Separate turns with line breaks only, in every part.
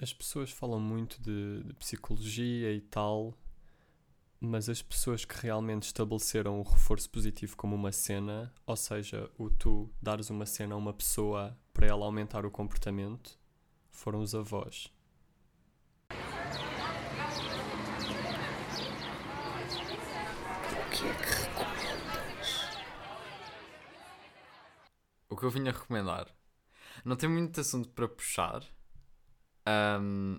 as pessoas falam muito de, de psicologia e tal, mas as pessoas que realmente estabeleceram o reforço positivo como uma cena, ou seja, o tu dares uma cena a uma pessoa para ela aumentar o comportamento, foram os avós.
O que é que recomendas?
O que eu vinha recomendar. Não tem muito assunto para puxar. ahm,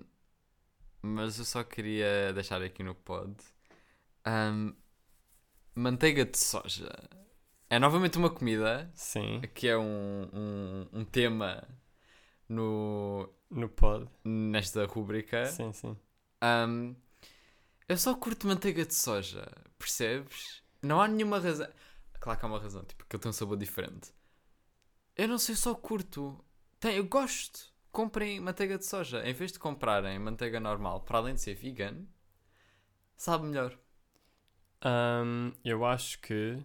mas eu só queria deixar aqui no pod. ahm, manteiga de soja. É novamente uma comida
Sim,
que é um, um, um tema no,
no pod.
nesta rubrica.
Sim, sim.
Ahm, eu só curto manteiga de soja, percebes? Não há nenhuma razão. Claro que há uma razão, tipo, que ele tem um sabor diferente. Eu não sei, eu só curto. Tem, eu gosto. Comprem manteiga de soja. Em vez de comprarem manteiga normal, para além de ser vegan, sabe melhor.
Ahm, eu acho que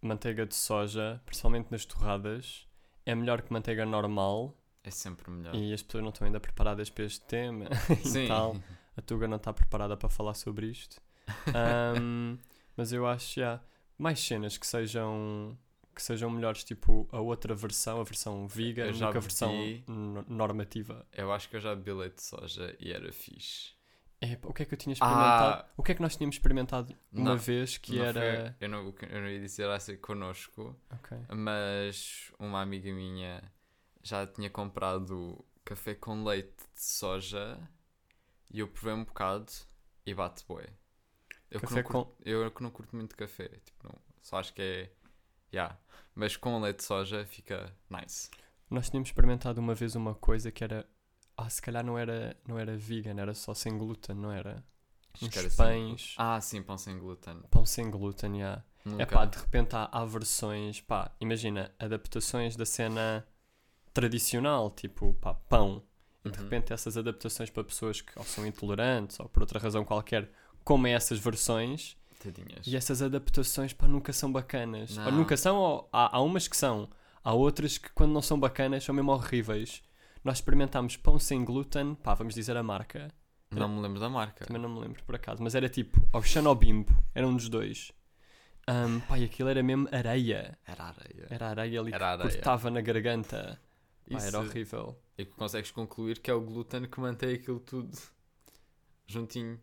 manteiga de soja, principalmente nas torradas, é melhor que manteiga normal
É sempre melhor.
e as pessoas não estão ainda preparadas para este tema e
Sim.
tal. A Tuga não está preparada para falar sobre isto. Ahm, mas eu acho já mais cenas que sejam que sejam melhores, tipo a outra versão, a versão vegan,
Eu já
do que a versão
vi.
no- normativa.
Eu acho que eu já bebi leite de soja e era fixe.
Epá, o que é que eu tinha experimentado? o que é que nós tínhamos experimentado uma
Ah. Não,
vez que
Não
era.
foi- eu, não, o que eu não ia dizer a ser connosco,
Ok.
mas uma amiga minha já tinha comprado café com leite de soja e eu provei um bocado e bate boi. Eu, que
Café
não curto, eu que não curto muito café, tipo, não, só acho que é. Yeah. Mas com leite de soja fica nice.
Nós tínhamos experimentado uma vez uma coisa que era. Ah, se calhar não era, não era vegan, era só sem glúten, não era?
Acho
Uns
que era sem
pães.
glú- Ah, sim, pão sem glúten.
Pão sem glúten, já.
Nunca.
É pá, de repente há, há versões, pá, imagina, adaptações da cena tradicional, tipo, pá, pão. E de
Uhum.
repente essas adaptações para pessoas que ou são intolerantes ou por outra razão qualquer comem essas versões
Tadinhas.
e essas adaptações, pá, nunca são bacanas. Ou
Não.
nunca são, ou há, há umas que são, há outras que quando não são bacanas são mesmo horríveis. Nós experimentámos pão sem glúten, pá, vamos dizer a marca,
Não me lembro da marca.
também não me lembro por acaso, mas era tipo, ao Xanobimbo, era um dos dois. Ahm, pá, e aquilo era mesmo areia.
Era areia.
Era a areia é ali
Era
que
areia.
cortava na garganta. Pá,
Isso- é-
era horrível.
E que consegues concluir que é o glúten que mantém aquilo tudo juntinho.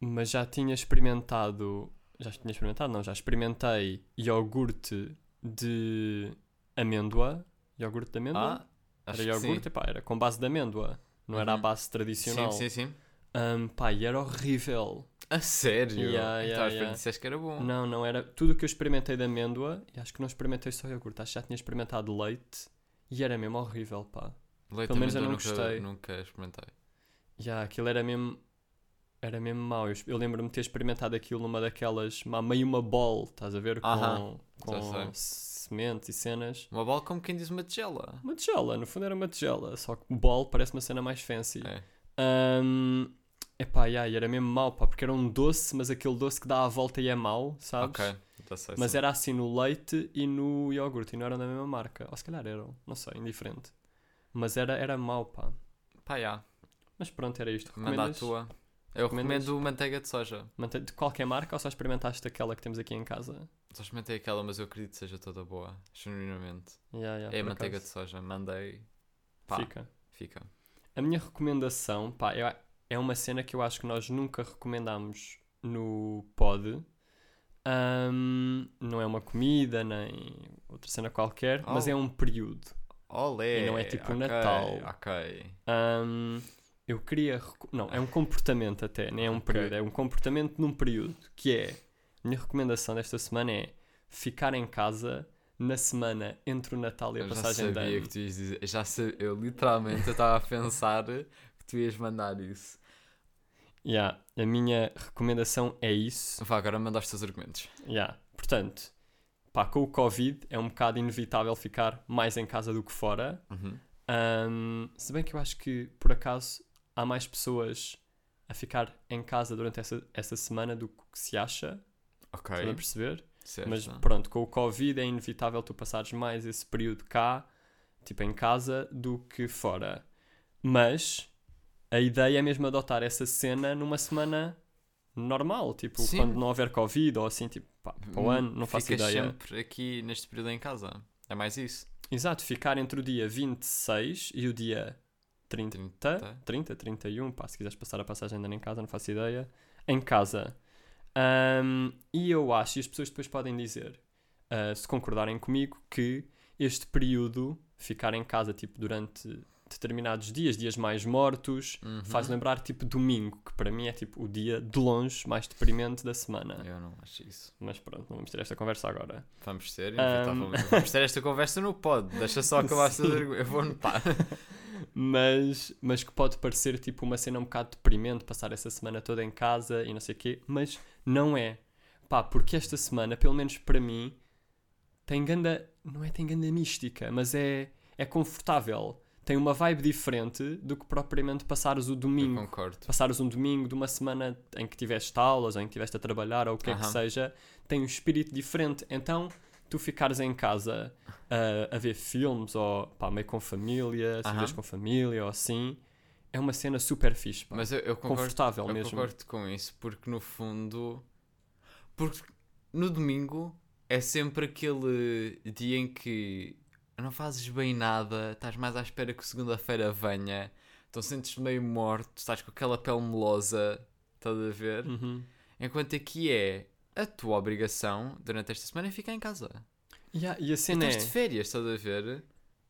Mas já tinha experimentado. Já tinha experimentado? Não, já experimentei iogurte de amêndoa. Iogurte de amêndoa?
Ah, acho
era
que sim.
iogurte, pá, era com base de amêndoa. Não era a
Uhum.
base
Sim,
tradicional.
sim, sim.
Ahm, pá, e era horrível.
A sério?
Yeah, yeah,
então às
yeah.
vezes disseste que era bom.
Não, não era. Tudo o que eu experimentei de amêndoa, e acho que não experimentei só iogurte, acho que já tinha experimentado leite e era mesmo horrível, pá.
Leite
Pelo menos eu
amêndoa
não
nunca,
gostei.
Nunca experimentei.
Já, aquilo era mesmo. Era mesmo mau. Eu, es- eu lembro-me de ter experimentado aquilo numa daquelas. uma- meio uma bol, estás a ver? Com,
Aham, já
com
sei.
sementes e cenas.
Uma bola como quem diz uma tigela.
Uma tigela, no fundo era uma tigela. Só que bol parece uma cena mais fancy.
É.
Ahm, epá, já, e era mesmo mau, pá, porque era um doce, mas aquele doce que dá a volta e é mau, sabes?
Ok, Tá já sei.
Mas
sim.
era assim no leite e no iogurte, e não eram da mesma marca. Ou se calhar eram, não sei, indiferente. Mas era, era mau, pá.
Pá, já.
Mas pronto, era isto.
Manda a
Recomendas?
tua. Eu
Recomendas?
recomendo manteiga de soja.
Mante- De qualquer marca ou só experimentaste aquela que temos aqui em casa?
Só experimentei aquela, mas eu acredito que seja toda boa. Genuinamente.
Yeah, yeah,
é
por
manteiga
acaso.
de soja. Mandei. Pá, fica.
Fica. A minha recomendação, pá, é, é uma cena que eu acho que nós nunca recomendámos no pod. Ahm, não é uma comida, nem outra cena qualquer, mas
Oh.
é um período.
Olé!
E não é tipo
ok,
Natal.
Ok.
Ahm, eu queria. reco- Não, é um comportamento até, nem é um
Ok.
período, é um comportamento num período. Que é. A minha recomendação desta semana é ficar em casa na semana entre o Natal e a
Eu já
passagem de
sabia
ano.
que tu ias dizer. Eu, já sa- eu literalmente estava a pensar que tu ias mandar isso.
Yeah, a minha recomendação é isso.
Então Vá, agora manda os teus argumentos.
Yeah. Portanto, pá, com o Covid é um bocado inevitável ficar mais em casa do que fora.
Uhum.
Ahm, se bem que eu acho que, por acaso, há mais pessoas a ficar em casa durante essa, essa semana do que se acha,
Ok.
estás a perceber?
Certo.
Mas pronto, com o Covid é inevitável tu passares mais esse período cá, tipo em casa, do que fora. Mas a ideia é mesmo adotar essa cena numa semana normal, tipo,
Sim.
quando não houver Covid ou assim, tipo, pá, para o ano, não faço
Ficas
ideia.
Hum, sempre aqui neste período em casa. É mais isso.
Exato, ficar entre o dia 26 e o dia 30,
30.
30, 31, pá, se quiseres passar a passagem ainda em casa, não faço ideia, em casa. Ahm, e eu acho, e as pessoas depois podem dizer, ah, se concordarem comigo, que este período, ficar em casa, tipo, durante determinados dias, dias mais mortos,
Uhum.
faz lembrar, tipo, domingo, que para mim é, tipo, o dia de longe mais deprimente da semana.
Eu não acho isso.
Mas pronto, não vamos ter esta conversa agora.
Vamos ser,
Um,
inevitavelmente. Vamos ter esta conversa no pod. Deixa só acabar esses
Sim.
argumentos. Eu vou notar.
mas, mas que pode parecer tipo uma cena um bocado deprimente passar essa semana toda em casa e não sei o quê, mas não é. Pá, porque esta semana, pelo menos para mim, tem ganda, não é tem ganda mística, mas é é confortável. Tem uma vibe diferente do que propriamente passares o
Eu
domingo
concordo.
passares um domingo de uma semana em que tiveste aulas ou em que estiveste a trabalhar ou o que é que
Aham.
seja, tem um espírito diferente. Então, tu ficares em casa ah, a ver filmes ou pá, meio com família, se
Aham.
vives com família ou assim, é uma cena super fixe, pá.
Mas eu, eu concordo.
confortável
Eu
mesmo.
concordo com isso, porque no fundo. Porque no domingo é sempre aquele dia em que não fazes bem nada, estás mais à espera que segunda-feira venha, então sentes meio morto, estás com aquela pele melosa, estás a ver?
Uhum.
Enquanto aqui é a tua obrigação durante esta semana é ficar em casa.
E há- e a
E
cena
Estás
é,
de férias, estás a ver?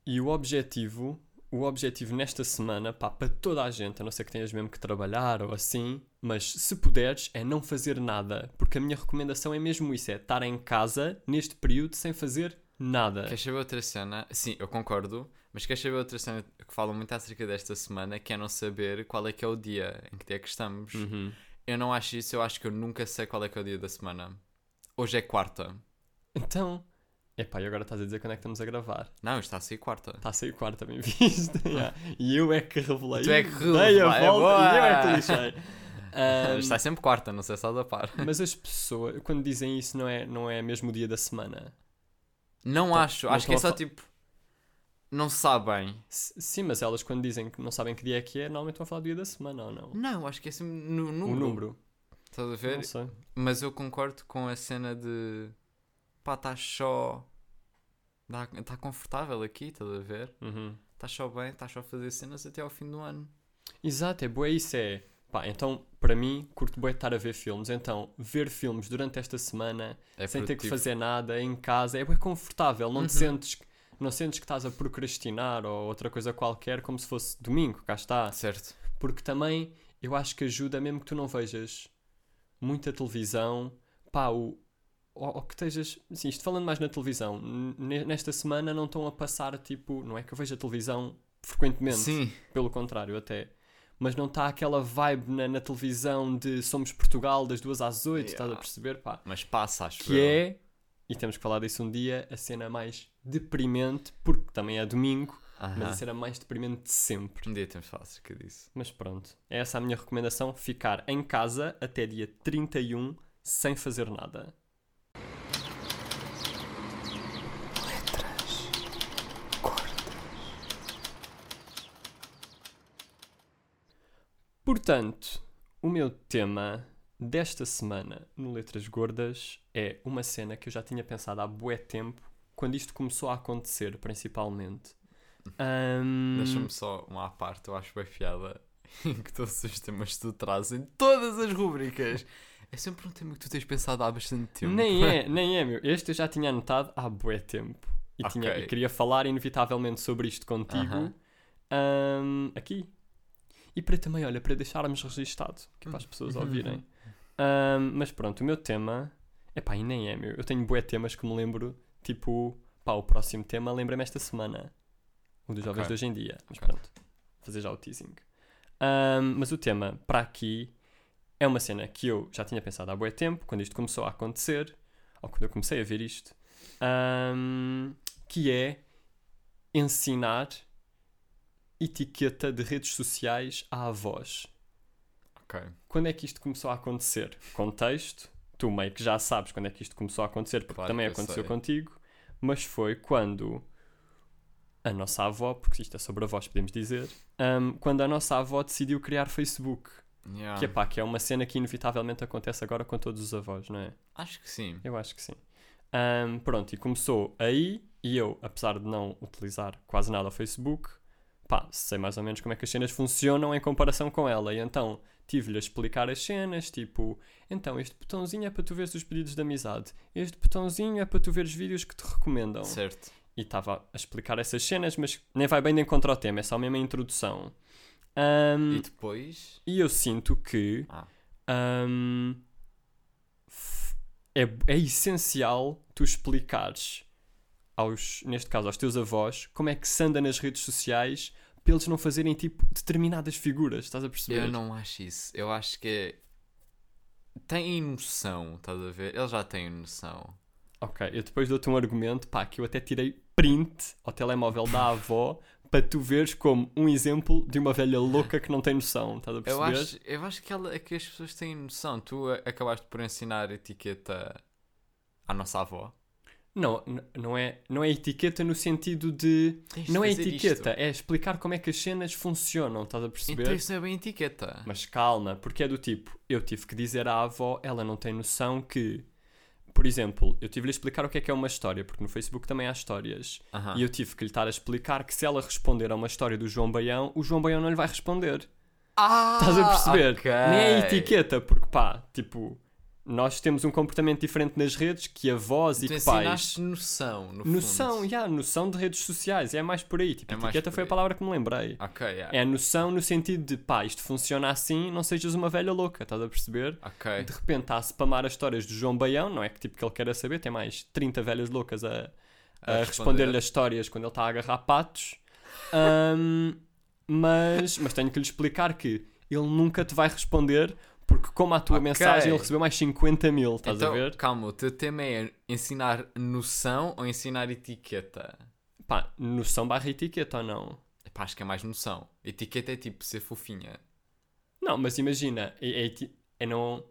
e o objetivo, o objetivo nesta semana, pá, para toda a gente, a não ser que tenhas mesmo que trabalhar ou assim, mas se puderes, é não fazer nada. Porque a minha recomendação é mesmo isso: é estar em casa neste período sem fazer nada.
Queres saber outra cena? Sim, eu concordo. Mas queres saber outra cena que falam muito acerca desta semana, que é não saber qual é que é o dia em que dia é que estamos.
Uhum.
Eu não acho isso, eu acho que eu nunca sei qual é que é o dia da semana. Hoje é quarta.
Então, epá, e agora estás a dizer quando é que estamos a gravar?
Não, está a ser quarta.
Está a sair quarta, bem visto. já. E eu é que revelei.
Tu é que
Dei a
revelai-
volta e eu é que
boa!
lixei. Ahm,
Está sempre quarta, não sei se estás a par.
mas as pessoas, quando dizem isso, não é, não é mesmo o dia da semana.
Não
Então,
acho,
não
acho que é
estou
só
a fa-
tipo. Não sabem.
S- Sim, mas elas quando dizem que não sabem que dia é que é, normalmente estão a falar do dia da semana ou não?
Não, acho que é sempre no
O
número.
número.
Estás a ver?
Não sei.
Mas eu concordo com a cena de. Pá, estás só. Está confortável aqui, estás a ver?
Uhum.
Estás Tá só bem, estás só a fazer cenas até ao fim do ano.
Exato, é boa isso é. Pá, então, para mim, curto bué estar a ver filmes. Então, ver filmes durante esta semana,
É
sem ter que
produtivo.
fazer nada, em casa, é bué confortável. Não te
Uhum.
sentes que- não sentes que estás a procrastinar ou outra coisa qualquer, como se fosse domingo, cá está.
tá Certo.
Porque também eu acho que ajuda mesmo que tu não vejas muita televisão, pá, o, ou, ou que estejas, sim, isto falando mais na televisão, ne- nesta semana não estão a passar, tipo, não é que eu veja televisão frequentemente,
Sim.
pelo contrário até, mas não está aquela vibe na, na televisão de somos Portugal das duas às oito, estás a
Yeah.
perceber, pá,
Mas passa, acho
que
eu.
é, e temos que falar disso um dia, a cena mais deprimente, porque também é domingo,
Aham.
mas a cena mais deprimente de sempre.
Um dia temos de falar acerca disso.
Mas pronto, é essa a minha recomendação: ficar em casa até dia 31 sem fazer nada.
letras, cor,
Portanto, o meu tema desta semana no Letras Gordas é uma cena que eu já tinha pensado há bué tempo, quando isto começou a acontecer, principalmente. Ahm,
Deixa-me só uma à parte, eu acho bem fiada. em que todos os temas que tu trazes em todas as rubricas. É sempre um tema que tu tens pensado há bastante tempo.
Nem é, nem é, meu. Este eu já tinha anotado há bué tempo. E, tinha,
Ok.
e queria falar inevitavelmente sobre isto contigo
Aham.
ahm, aqui. E para também, olha, para deixarmos registado, que é para as pessoas
Uhum.
ouvirem. Ahm, mas pronto, o meu tema. Epá, e nem é, meu. Eu tenho bué temas que me lembro, tipo, pá, o próximo tema lembra-me esta semana. O dos jovens
Ok.
de hoje em dia. Mas
Ok.
pronto, vou fazer já o teasing. Ahm, mas o tema para aqui é uma cena que eu já tinha pensado há bué tempo, quando isto começou a acontecer, ou quando eu comecei a ver isto, ahm, que é ensinar etiqueta de redes sociais à avós.
Ok.
Quando é que isto começou a acontecer? Contexto, tu meio que já sabes quando é que isto começou a acontecer, porque
Claro
também
que eu
aconteceu
sei.
contigo, mas foi quando a nossa avó, porque isto é sobre avós, podemos dizer, ahm, quando a nossa avó decidiu criar Facebook.
Yeah.
Que, epá, que é uma cena que inevitavelmente acontece agora com todos os avós, não é?
Acho que sim.
Eu acho que sim. Ahm, pronto, e começou aí, e eu, apesar de não utilizar quase nada o Facebook, pá, sei mais ou menos como é que as cenas funcionam em comparação com ela. E então tive-lhe a explicar as cenas, tipo, então este botãozinho é para tu veres os pedidos de amizade, este botãozinho é para tu veres vídeos que te recomendam.
Certo.
E estava a explicar essas cenas, mas nem vai bem de encontro ao tema, é só mesmo a introdução. Ahm,
E depois.
e eu sinto que
Ah.
hum, f- é, é essencial tu explicares aos, neste caso, aos teus avós, como é que se anda nas redes sociais para eles não fazerem tipo determinadas figuras, estás a perceber?
Eu não acho isso. Eu acho que é. Têm noção, estás a ver? Eles já têm noção.
Ok, eu depois dou-te um argumento, pá, que eu até tirei print ao telemóvel da avó para tu veres como um exemplo de uma velha louca que não tem noção, estás a
Eu
perceber?
acho, eu acho que, ela, é que as pessoas têm noção. Tu a- acabaste por ensinar etiqueta à nossa avó.
Não, n- não é, não é etiqueta no sentido de
Tens de
Não é
fazer isto.
etiqueta, é explicar como é que as cenas funcionam, estás a perceber?
Então isso não é bem etiqueta.
Mas calma, porque é do tipo, eu tive que dizer à avó, ela não tem noção que. Por exemplo, eu tive-lhe a explicar o que é que é uma história, porque no Facebook também há histórias.
Aham.
E eu tive que lhe estar a explicar que se ela responder a uma história do João Baião, o João Baião não lhe vai responder.
Ah,
Estás a perceber?
ok.
Nem é etiqueta, porque pá, tipo, nós temos um comportamento diferente nas redes que avós e
Tu
que pais.
ensinaste noção, no
Noção,
fundo.
já, noção de redes sociais, é mais por aí. Tipo,
É mais
etiqueta
por
foi a
aí.
palavra que me lembrei.
Ok, yeah.
É noção no sentido de pá, isto funciona assim, não sejas uma velha louca, estás a perceber?
Ok.
De repente está a spamar as histórias do João Baião, não é que tipo que ele queira saber, tem mais 30 velhas loucas a, a
A responder.
responder-lhe as histórias quando ele está a agarrar patos. Ahm, mas, mas tenho que lhe explicar que ele nunca te vai responder, porque como a tua
Ok.
mensagem ele recebeu mais 50 mil, estás
então,
a ver?
calma, o teu tema é ensinar noção ou ensinar etiqueta?
Pá, noção barra etiqueta ou não?
Epá, acho que é mais noção. Etiqueta é tipo ser fofinha.
Não, mas imagina, é, é eti- é não.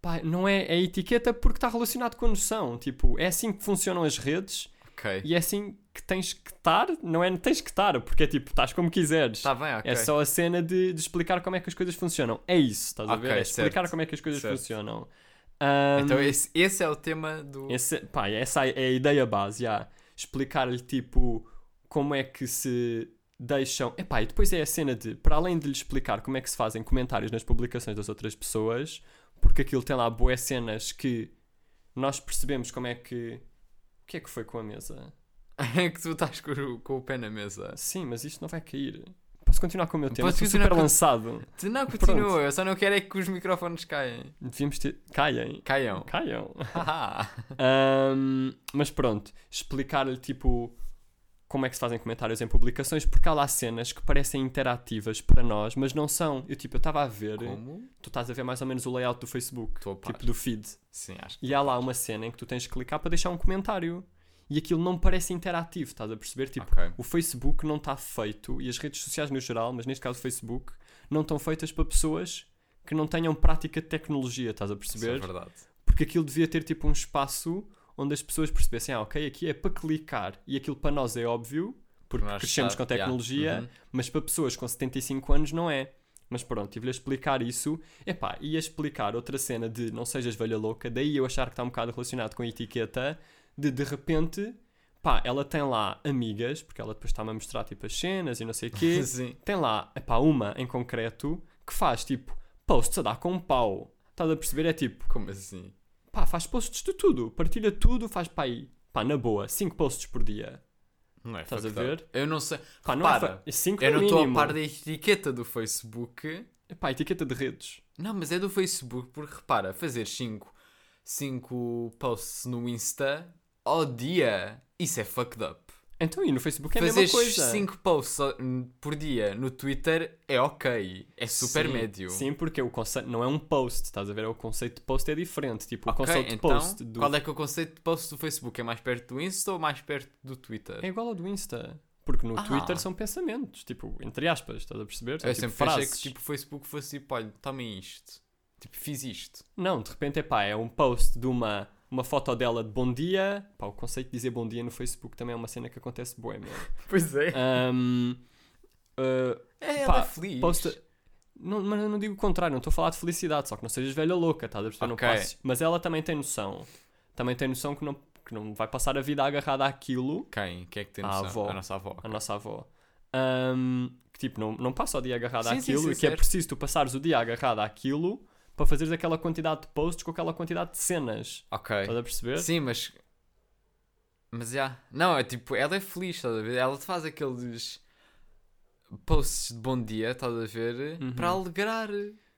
Pá, não é, é etiqueta porque está relacionado com a noção. Tipo, é assim que funcionam as redes
Ok.
e é assim que tens que estar. Não é tens que estar, porque é tipo, estás como quiseres.
Está bem, Tá, ok.
É só a cena de, de explicar como é que as coisas funcionam. É isso, estás a
Ok,
ver? É explicar
certo,
como é que as coisas
certo.
funcionam. Ahm,
Então esse, esse é o tema do.
esse, pá, essa é a ideia base, já. Explicar-lhe, tipo, como é que se deixam... Epá, e depois é a cena de, para além de lhe explicar como é que se fazem comentários nas publicações das outras pessoas, porque aquilo tem lá boas cenas que nós percebemos como é que... O que é que foi com a mesa?
É que tu estás com, o- com o pé na mesa.
Sim, mas isto não vai cair. Posso continuar com o meu tema?
Podes
Estou
continuar
super
com-
lançado.
Tu- Não,
Pronto.
continua. Eu só não quero é que os microfones caem.
Devíamos ter... Caiam.
Caiam.
Caiam.
Haha.
Ahm, mas pronto, explicar-lhe tipo como é que se fazem comentários em publicações, porque há lá cenas que parecem interativas para nós, mas não são. Eu tipo, eu estava a ver,
Como?
tu estás a ver mais ou menos o layout do Facebook,
Estou a par.
tipo do feed,
Sim, acho que.
e há lá uma cena em que tu tens que clicar para deixar um comentário. E aquilo não parece interativo, estás a perceber? Tipo,
Ok. é
o Facebook não está feito, e as redes sociais no geral, mas neste caso o Facebook, não estão feitas para pessoas que não tenham prática de tecnologia, estás a
Isso é
perceber?
verdade.
porque aquilo devia ter tipo um espaço onde as pessoas percebessem, ah, ok, aqui é para clicar e aquilo para nós é óbvio, porque
Nós
crescemos
está-
com tecnologia,
yeah. Uhum.
mas para pessoas com 75 anos não é. Mas pronto, tive-lhe a explicar isso. Epá, ia explicar outra cena de não sejas velha louca, daí eu achar que está um bocado relacionado com a etiqueta, de de repente, pá, ela tem lá amigas, porque ela depois está-me a mostrar tipo as cenas e não sei o quê.
Sim.
tem lá, epá, uma em concreto, que faz tipo posts a dar com um pau. Estás a perceber? É tipo,
Como assim?
pá, faz posts de tudo, partilha tudo, faz pá aí, pá, na boa, 5 posts por dia.
Não é
Estás a
fucked up. Eu não sei.
Pá, não
Repara,
é 5
Eu
no
não estou a
mínimo.
par da etiqueta do Facebook.
Pá, etiqueta de redes.
Não, mas é do Facebook, porque repara, fazer 5 cinco posts no Insta ao dia, isso é fucked up.
Então, e no Facebook é a
fazer
mesma coisa.
5 posts ao- por dia no Twitter é ok, é super
Sim,
médio.
Sim, porque o conceito não é um post, estás a ver? O conceito de post é diferente. Tipo, o
Ok,
conceito de
então,
post do...
qual é que é o conceito de post do Facebook? É mais perto do Insta ou mais perto do Twitter?
é igual ao do Insta. Porque no
Ah.
Twitter são pensamentos, tipo, entre aspas, estás a perceber? São,
Eu
tipo,
sempre
frases.
achei que tipo, o Facebook fosse tipo, olha, toma isto. Tipo, fiz isto.
Não, de repente é pá, é um post de uma uma foto dela de bom dia. Pá, o conceito de dizer bom dia no Facebook também é uma cena que acontece boa mesmo.
Pois é.
Ahm, ah,
É,
Pá,
ela é feliz.
posta- não, mas eu não digo o contrário, não estou a falar de felicidade, só que não sejas velha louca, estás a perceber?
Ok.
Não passes. Mas ela também tem noção. Também tem noção que não, que não vai passar a vida agarrada àquilo,
Quem? Quem é que tem
A
noção?
avó.
A nossa avó.
a nossa avó. Ahm, que tipo, não, não passa o dia agarrada
Sim, sim,
àquilo
sim,
e que é
certo.
preciso tu passares o dia agarrado àquilo para fazeres aquela quantidade de posts com aquela quantidade de cenas.
Ok.
Estás a perceber?
Sim, mas. Mas já. Não, é tipo, ela é feliz, estás a ver? Ela te faz aqueles posts de bom dia, estás a ver?
Uhum.
Para alegrar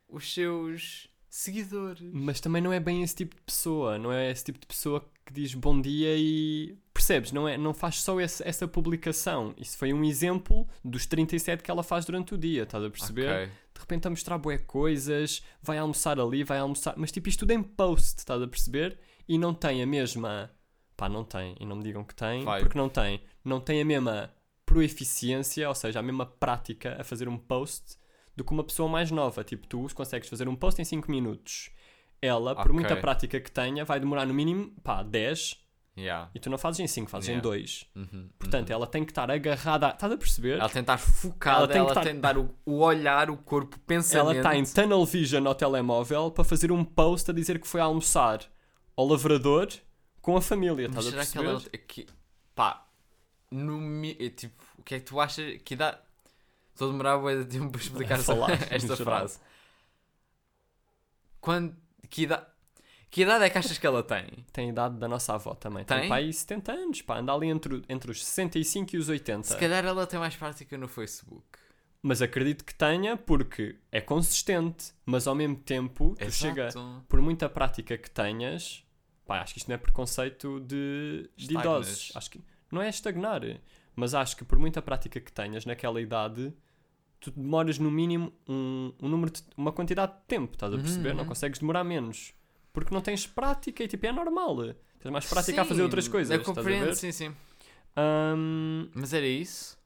os seus seguidores.
Mas também não é bem esse tipo de pessoa, não é esse tipo de pessoa que diz bom dia e percebes, não, é, não faz só esse- essa publicação. Isso foi um exemplo dos 37 que ela faz durante o dia, estás a perceber?
Ok.
De repente a mostrar bué coisas, vai almoçar ali, vai almoçar, mas tipo isto tudo em post, estás a perceber? E não tem a mesma, pá, não tem, e não me digam que tem,
Vai.
porque não tem, não tem a mesma proeficiência, ou seja, a mesma prática a fazer um post do que uma pessoa mais nova. Tipo, tu consegues fazer um post em 5 minutos. Ela, por
Ok.
muita prática que tenha, vai demorar no mínimo, pá, 10
Yeah.
e tu não fazes em 5, fazes em
Yeah.
2.
Uhum.
Portanto, ela tem que estar agarrada, a... estás a perceber?
Ela tem de estar focada,
Ela
ela
tem
tem,
que estar-
de dar o, o olhar, o corpo, o pensamento.
Ela tá está em tunnel vision ao telemóvel para fazer um post a dizer que foi almoçar ao lavrador com a família, estás
Mas
a
será que
perceber?
ela. é que- pá, no mi- é tipo, o que é que tu achas que dá. Estou a demorar bué de tempo para explicar
A
esta-
falar, em geral.
esta frase. Quando. Que idade, que idade é que achas que ela tem?
Tem a idade da nossa avó também. Tem,
Tem?
pai 70 anos, pá, anda ali entre, entre os 65 e os 80.
Se calhar ela tem mais prática no Facebook.
Mas acredito que tenha porque é consistente, mas ao mesmo tempo tu
Exato.
chega, por muita prática que tenhas, pá, acho que isto não é preconceito de, de
Estagnas.
idosos. Acho que não é estagnar, mas acho que por muita prática que tenhas naquela idade, tu demoras no mínimo um, um número de- uma quantidade de tempo, estás a
Uhum,
perceber? Não
uhum.
consegues demorar menos. Porque não tens prática e tipo, é normal. Tens mais prática a fazer
Sim,
outras coisas,
Eu
estás a
compreendo,
ver?
sim, sim.
Ahm,
Mas era isso?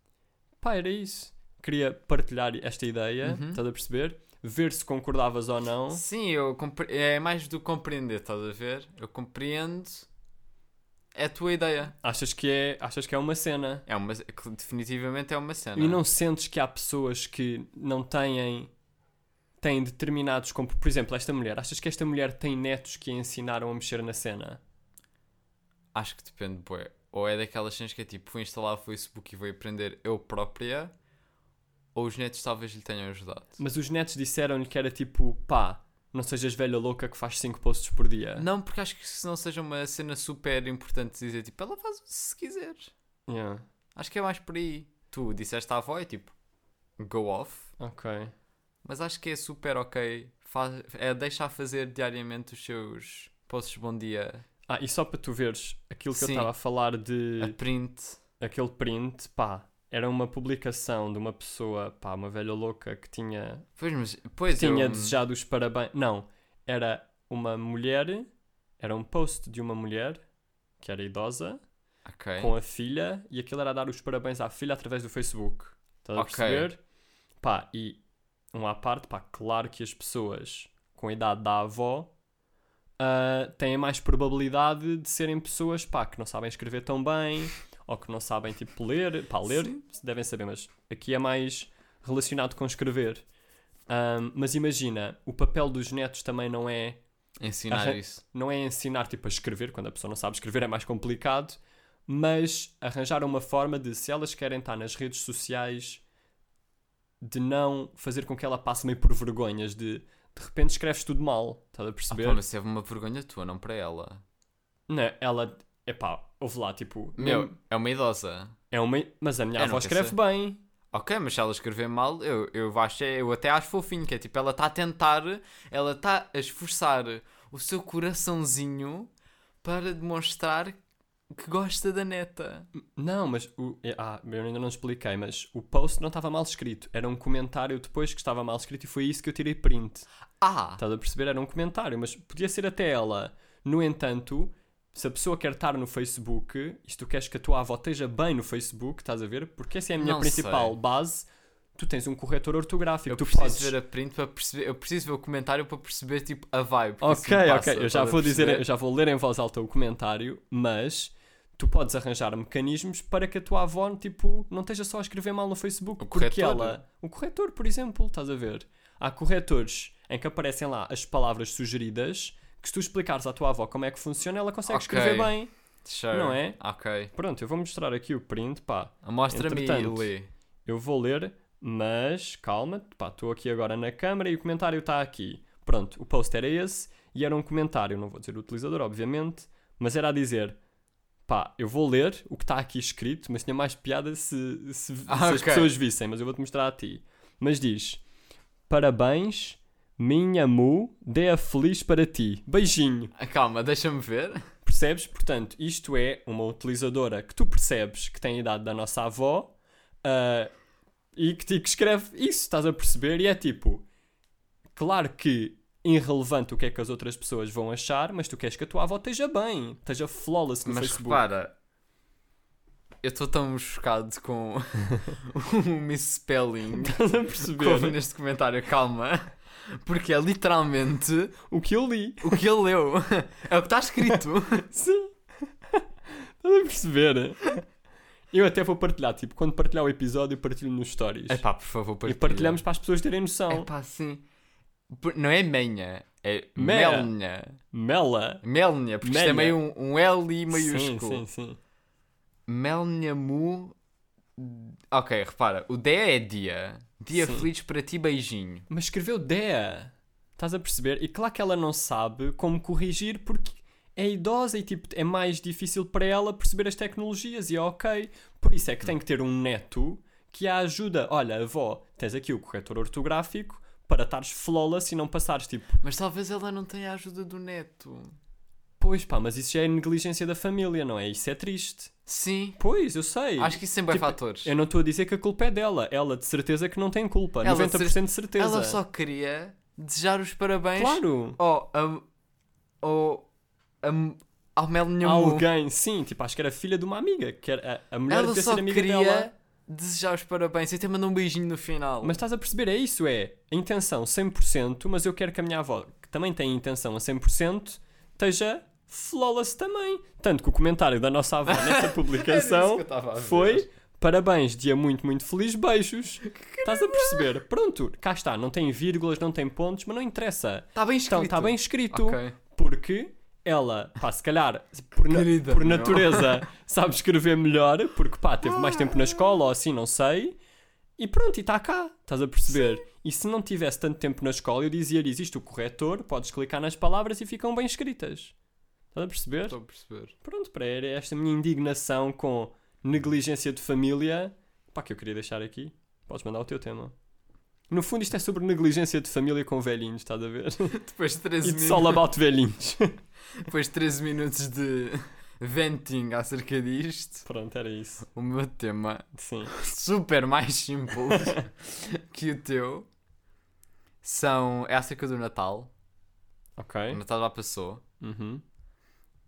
pá, era isso. Queria partilhar esta ideia,
Uhum.
estás a perceber? Ver se concordavas ou não.
Sim, eu compre... é mais do que compreender, estás a ver? Eu compreendo. É a tua ideia.
Achas que é, achas que é uma cena?
É uma... que Definitivamente é uma cena.
E não sentes que há pessoas que não têm têm determinados como por exemplo esta mulher achas que esta mulher tem netos que a ensinaram a mexer na cena
Acho que depende, bué. Ou é daquelas cenas que é tipo, fui instalar o Facebook e vou aprender eu própria, ou os netos talvez lhe tenham ajudado.
mas os netos disseram-lhe que era tipo pá não sejas velha louca que faz 5 posts por dia
Não, porque acho que se não seja uma cena super importante dizer, tipo, ela faz o que se quiser.
Yeah,
Acho que é mais por aí. Tu disseste à avó, é tipo, go off.
ok
Mas acho que é super ok. Faz, é deixar fazer diariamente os seus posts de bom dia,
ah e só para tu veres aquilo que eu
Sim.
estava a falar
a
de
print.
aquele print pá era uma publicação de uma pessoa pá uma velha louca que tinha
Pois, mas, pois
tinha
eu, hum,
desejado os parabéns. Não, era uma mulher, era um post de uma mulher que era idosa,
Ok.
com a filha, e aquilo era dar os parabéns à filha através do Facebook. Estás a
Ok.
perceber? Pá, e um à parte, pá, claro que as pessoas com a idade da avó ah, têm mais probabilidade de serem pessoas, pá, que não sabem escrever tão bem, ou que não sabem, tipo, ler. Pá, ler
Sim.
devem saber, mas aqui é mais relacionado com escrever. Ahm, mas imagina, o papel dos netos também não é
Ensinar
Arran-
isso.
não é ensinar tipo a escrever, quando a pessoa não sabe escrever é mais complicado, mas arranjar uma forma de se elas querem estar nas redes sociais de não fazer com que ela passe meio por vergonhas de de repente escreves tudo mal, estás a
Ah,
perceber?
pá, mas teve uma vergonha tua, não para ela.
Não, ela epá, ouve lá, tipo,
Meu, é uma idosa.
é uma, mas a minha
Eu
avó
nunca
escreve
sei.
bem.
Ok, mas se ela escrever mal, eu, eu, acho, eu até acho fofinho, que é tipo, ela está a tentar, ela está a esforçar o seu coraçãozinho para demonstrar que gosta da neta.
Não, mas o. é- Ah, eu ainda não expliquei, mas o post não estava mal escrito. Era um comentário depois que estava mal escrito e foi isso que eu tirei print.
Ah!
Estás a perceber? Era um comentário, mas podia ser até ela. No entanto, se a pessoa quer estar no Facebook, e se tu queres que a tua avó esteja bem no Facebook, estás a ver? Porque essa é a minha
Não
principal
sei.
base. tu tens um corretor ortográfico,
Eu
tu
preciso
podes.
ver a print para perceber. Eu preciso ver o comentário para perceber, tipo, a vibe. que isso
Ok,
me passa,
ok, eu já
estás a
vou dizer,
perceber?
eu já vou ler em voz alta o comentário, mas tu podes arranjar mecanismos para que a tua avó, tipo, não esteja só a escrever mal no Facebook,
O
porque
corretor.
ela, o corretor, por exemplo, estás a ver? Há corretores em que aparecem lá as palavras sugeridas, que se tu explicares à tua avó como é que funciona, ela consegue
Ok.
escrever bem.
Sure.
não é?
Ok.
Pronto, eu vou mostrar aqui o print, pá.
Mostra-me e
Entretanto,
lê.
Eu vou ler, mas calma, pá, estou aqui agora na câmara e o comentário está aqui. Pronto, o post era esse e era um comentário, não vou dizer o utilizador, obviamente, mas era a dizer: pá, eu vou ler o que está aqui escrito, mas tinha mais piada se, se- se
Ah,
as
ok.
pessoas vissem, mas eu vou-te mostrar a ti. Mas diz: parabéns, minha mu, dê a feliz para ti. Beijinho.
Ah, Calma, deixa-me ver.
Percebes? Portanto, isto é uma utilizadora que tu percebes que tem a idade da nossa avó ah, e que, te- que escreve isso, estás a perceber? E é tipo, claro que irrelevante o que é que as outras pessoas vão achar, mas tu queres que a tua avó esteja bem, esteja flawless no
Mas
Facebook.
repara, eu estou tão chocado com o misspelling
Estás a
que houve
perceber
neste comentário. Calma. Porque é literalmente
o que eu li.
o que ele leu. É o que está escrito.
Sim. Estás a perceber? Eu até vou partilhar, tipo, quando partilhar o episódio, eu partilho nos stories.
Epá, por favor,
e
É partilha. É
partilhamos para as pessoas terem noção.
Epá, sim. Por- Não é menha, é
Meia.
melnha.
Mela.
Melnha, porque isto é
Melha.
meio um, um L maiúsculo.
Sim, sim, sim.
Melnha Mu. Ok, repara, o dia é dia. Dia
Sim.
feliz para ti, beijinho.
Mas escreveu Dea. Estás a perceber? E claro que ela não sabe como corrigir porque é idosa e tipo, é mais difícil para ela perceber as tecnologias e é ok. Por isso é que tem que ter um neto que a ajuda. Olha, avó, tens aqui o corretor ortográfico para estares flawless e não passares tipo,
Mas talvez ela não tenha a ajuda do neto.
pois pá, mas isso já é negligência da família, não é? Isso é triste.
Sim,
Pois, eu sei.
acho que isso sempre
Tipo,
é fatores.
Eu não estou a dizer que a culpa é dela. Ela de certeza que não tem culpa.
Ela de
90% de certeza.
Ela só queria desejar os parabéns
Claro.
ao, a, ao, a, ao Melnha
Ah,
Mu.
alguém, um sim, tipo, acho que era filha de uma amiga, que era a, a mulher
Ela
devia
só
ser amiga
queria
dela.
desejar os parabéns e até mandou um beijinho no final.
Mas estás a perceber, é isso, é a intenção 100%, mas eu quero que a minha avó, que também tem intenção a 100%, esteja flawless também. Tanto que o comentário da nossa avó nessa
Era isso
publicação
que eu tava a ver.
foi parabéns, dia muito, muito feliz, beijos. Estás a perceber? Pronto, cá está, não tem vírgulas, não tem pontos, mas não interessa.
Está Tá bem
Então,
escrito.
está bem escrito.
Ok.
porque ela, pá, se calhar, por, na-
Querida,
por
não.
natureza, sabe escrever melhor, porque pá, teve mais tempo na escola ou assim, não sei. E pronto, e está cá, estás a perceber? E se não tivesse tanto tempo na escola, eu dizia-lhe: existe o corretor, podes clicar nas palavras e ficam bem escritas. Estás a perceber?
Estou a perceber.
Pronto, para era esta minha indignação com negligência de família, pá, que eu queria deixar aqui. Podes mandar o teu tema. No fundo, isto é sobre negligência de família com velhinhos, estás a ver?
Depois de 13
E de
minutos.
só about velhinhos.
Depois de 13 minutos de venting acerca disto,
Pronto, era isso.
o meu tema,
Sim.
super mais simples que o teu, são, é acerca do Natal. O
Ok.
Natal já passou,
Uhum.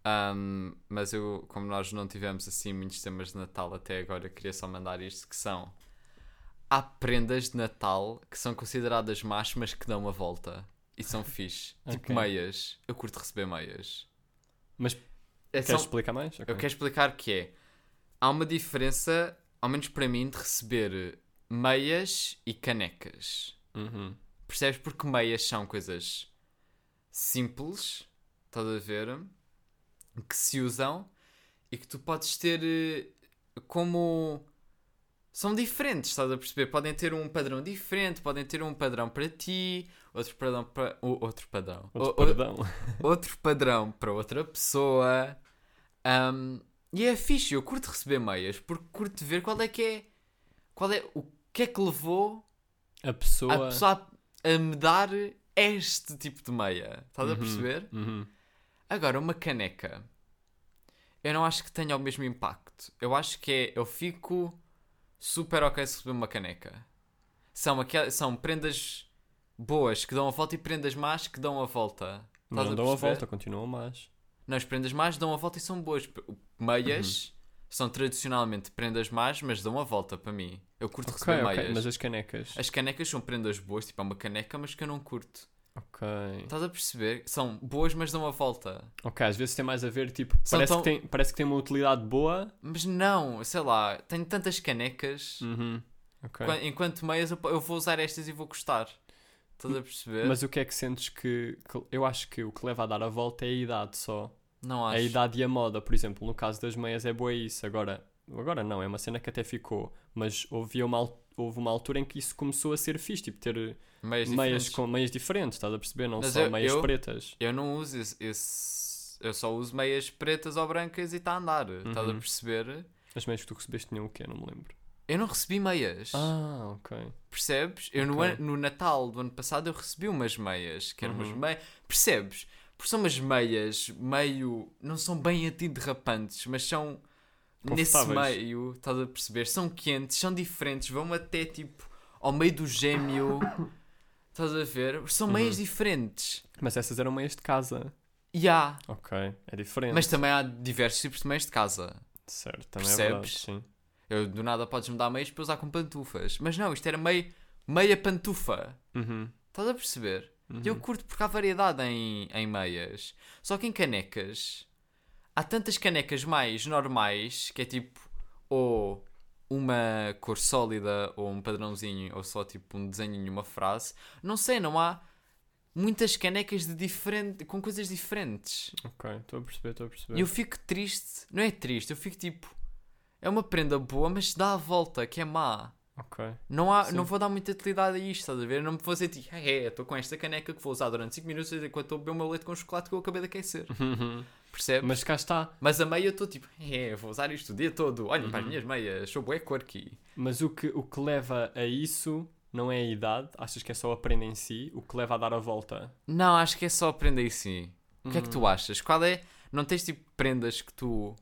ahm, mas eu, como nós não tivemos assim muitos temas de Natal até agora, eu queria só mandar isto, que são... Há prendas de Natal que são consideradas más, mas que dão uma volta. E são fixe. Tipo
Ok.
meias. Eu curto receber meias.
Mas
É,
queres
são-
explicar mais? Ok.
Eu quero explicar que é. Há uma diferença, ao menos para mim, de receber meias e canecas.
Uhum.
Percebes? Porque meias são coisas simples, estás a ver? Que se usam e que tu podes ter eh, como. São diferentes, estás a perceber? Podem ter um padrão diferente, podem ter um padrão para ti, outro padrão para. o- Outro padrão.
Outro
O- o-
perdão.
outro padrão para outra pessoa. Ahm, e é fixe, eu curto receber meias, porque curto ver qual é que é. Qual é o que é que levou
A pessoa.
a pessoa a, a me dar este tipo de meia. Estás a perceber?
Uhum.
Agora, uma caneca. Eu não acho que tenha o mesmo impacto. Eu acho que é. Eu fico super ok se receber uma caneca. São, aquel, são prendas boas que dão a volta e prendas más que dão a volta. Estás
Não dão a
perceber?
volta, continuam mais. Uhum.
Não, as prendas mais dão a volta e são boas. Meias são tradicionalmente prendas más, mas dão a volta para mim. Eu curto
Ok,
receber
ok.
meias.
Mas as canecas.
As canecas são prendas boas, tipo, há uma caneca, mas que eu não curto.
Ok.
Estás a perceber? São boas, mas dão a volta.
Ok, às vezes tem mais a ver, tipo,
São
parece,
tão-
que tem, parece que tem uma utilidade boa.
Mas não, sei lá, tenho tantas canecas.
Uhum. Ok.
Qua- Enquanto meias, eu, po- eu vou usar estas e vou gostar. Estás a perceber?
Mas o que é que sentes que, que- Eu acho que o que leva a dar a volta é a idade só.
não acho.
A idade e a moda, por exemplo. No caso das meias é boa isso. Agora, agora não, é uma cena que até ficou. Mas houve uma, al- houve uma altura em que isso começou a ser fixe, tipo, ter meias,
Meias diferentes.
com, meias diferentes, estás a perceber? Não
Mas
só
eu-
meias
eu-
pretas.
Eu não uso esse, esse- Eu só uso meias pretas ou brancas e está a andar. Estás a
Uhum.
perceber?
As meias que tu recebeste tinham o quê? Não me lembro.
Eu não recebi meias.
Ah, ok.
Percebes? Eu no,
Ok.
an- no Natal do ano passado eu recebi umas meias, que eram umas
Uhum.
meias. Percebes? Porque são umas meias meio. não são bem antiderrapantes, mas são. nesse
Confortáveis.
meio, estás a perceber? São quentes, são diferentes, vão até tipo ao meio do gêmeo. estás a ver? São
Uhum.
meias diferentes.
Mas essas eram meias de casa.
E há.
Ok, é diferente.
Mas também há diversos tipos de meias de casa.
Certo, também é verdade,
Percebes?
sim.
Eu do nada podes-me dar meias para usar com pantufas. Mas não, isto era meio, meia pantufa.
Uhum.
Estás a perceber? E eu curto porque há variedade em, em meias. Só que em canecas há tantas canecas mais normais que é tipo ou uma cor sólida ou um padrãozinho ou só tipo um desenho uma frase. Não sei, não há muitas canecas de diferente, com coisas diferentes.
Ok, estou a perceber, estou a perceber.
E eu fico triste. Não é triste, eu fico tipo. É uma prenda boa, mas dá a volta, que é má.
Ok.
Não, há,
Sim.
não vou dar muita utilidade a isto, estás a ver? Eu Não me vou dizer tipo, "Ah, é, estou com esta caneca que vou usar durante 5 minutos enquanto estou a beber o meu leite com chocolate que eu acabei de aquecer. Uhum. Percebe? Mas,
Uhum. Mas cá está.
a meia eu estou tipo, é, vou usar isto o dia todo. Olhem para as minhas meias, sou bué quirky.
Mas o que, o que leva a isso não é a idade, achas que é só a prenda em si, o que leva a dar a volta.
Não, acho que é só prenda em si. O que é que tu achas? Qual é? Não tens tipo prendas que tu.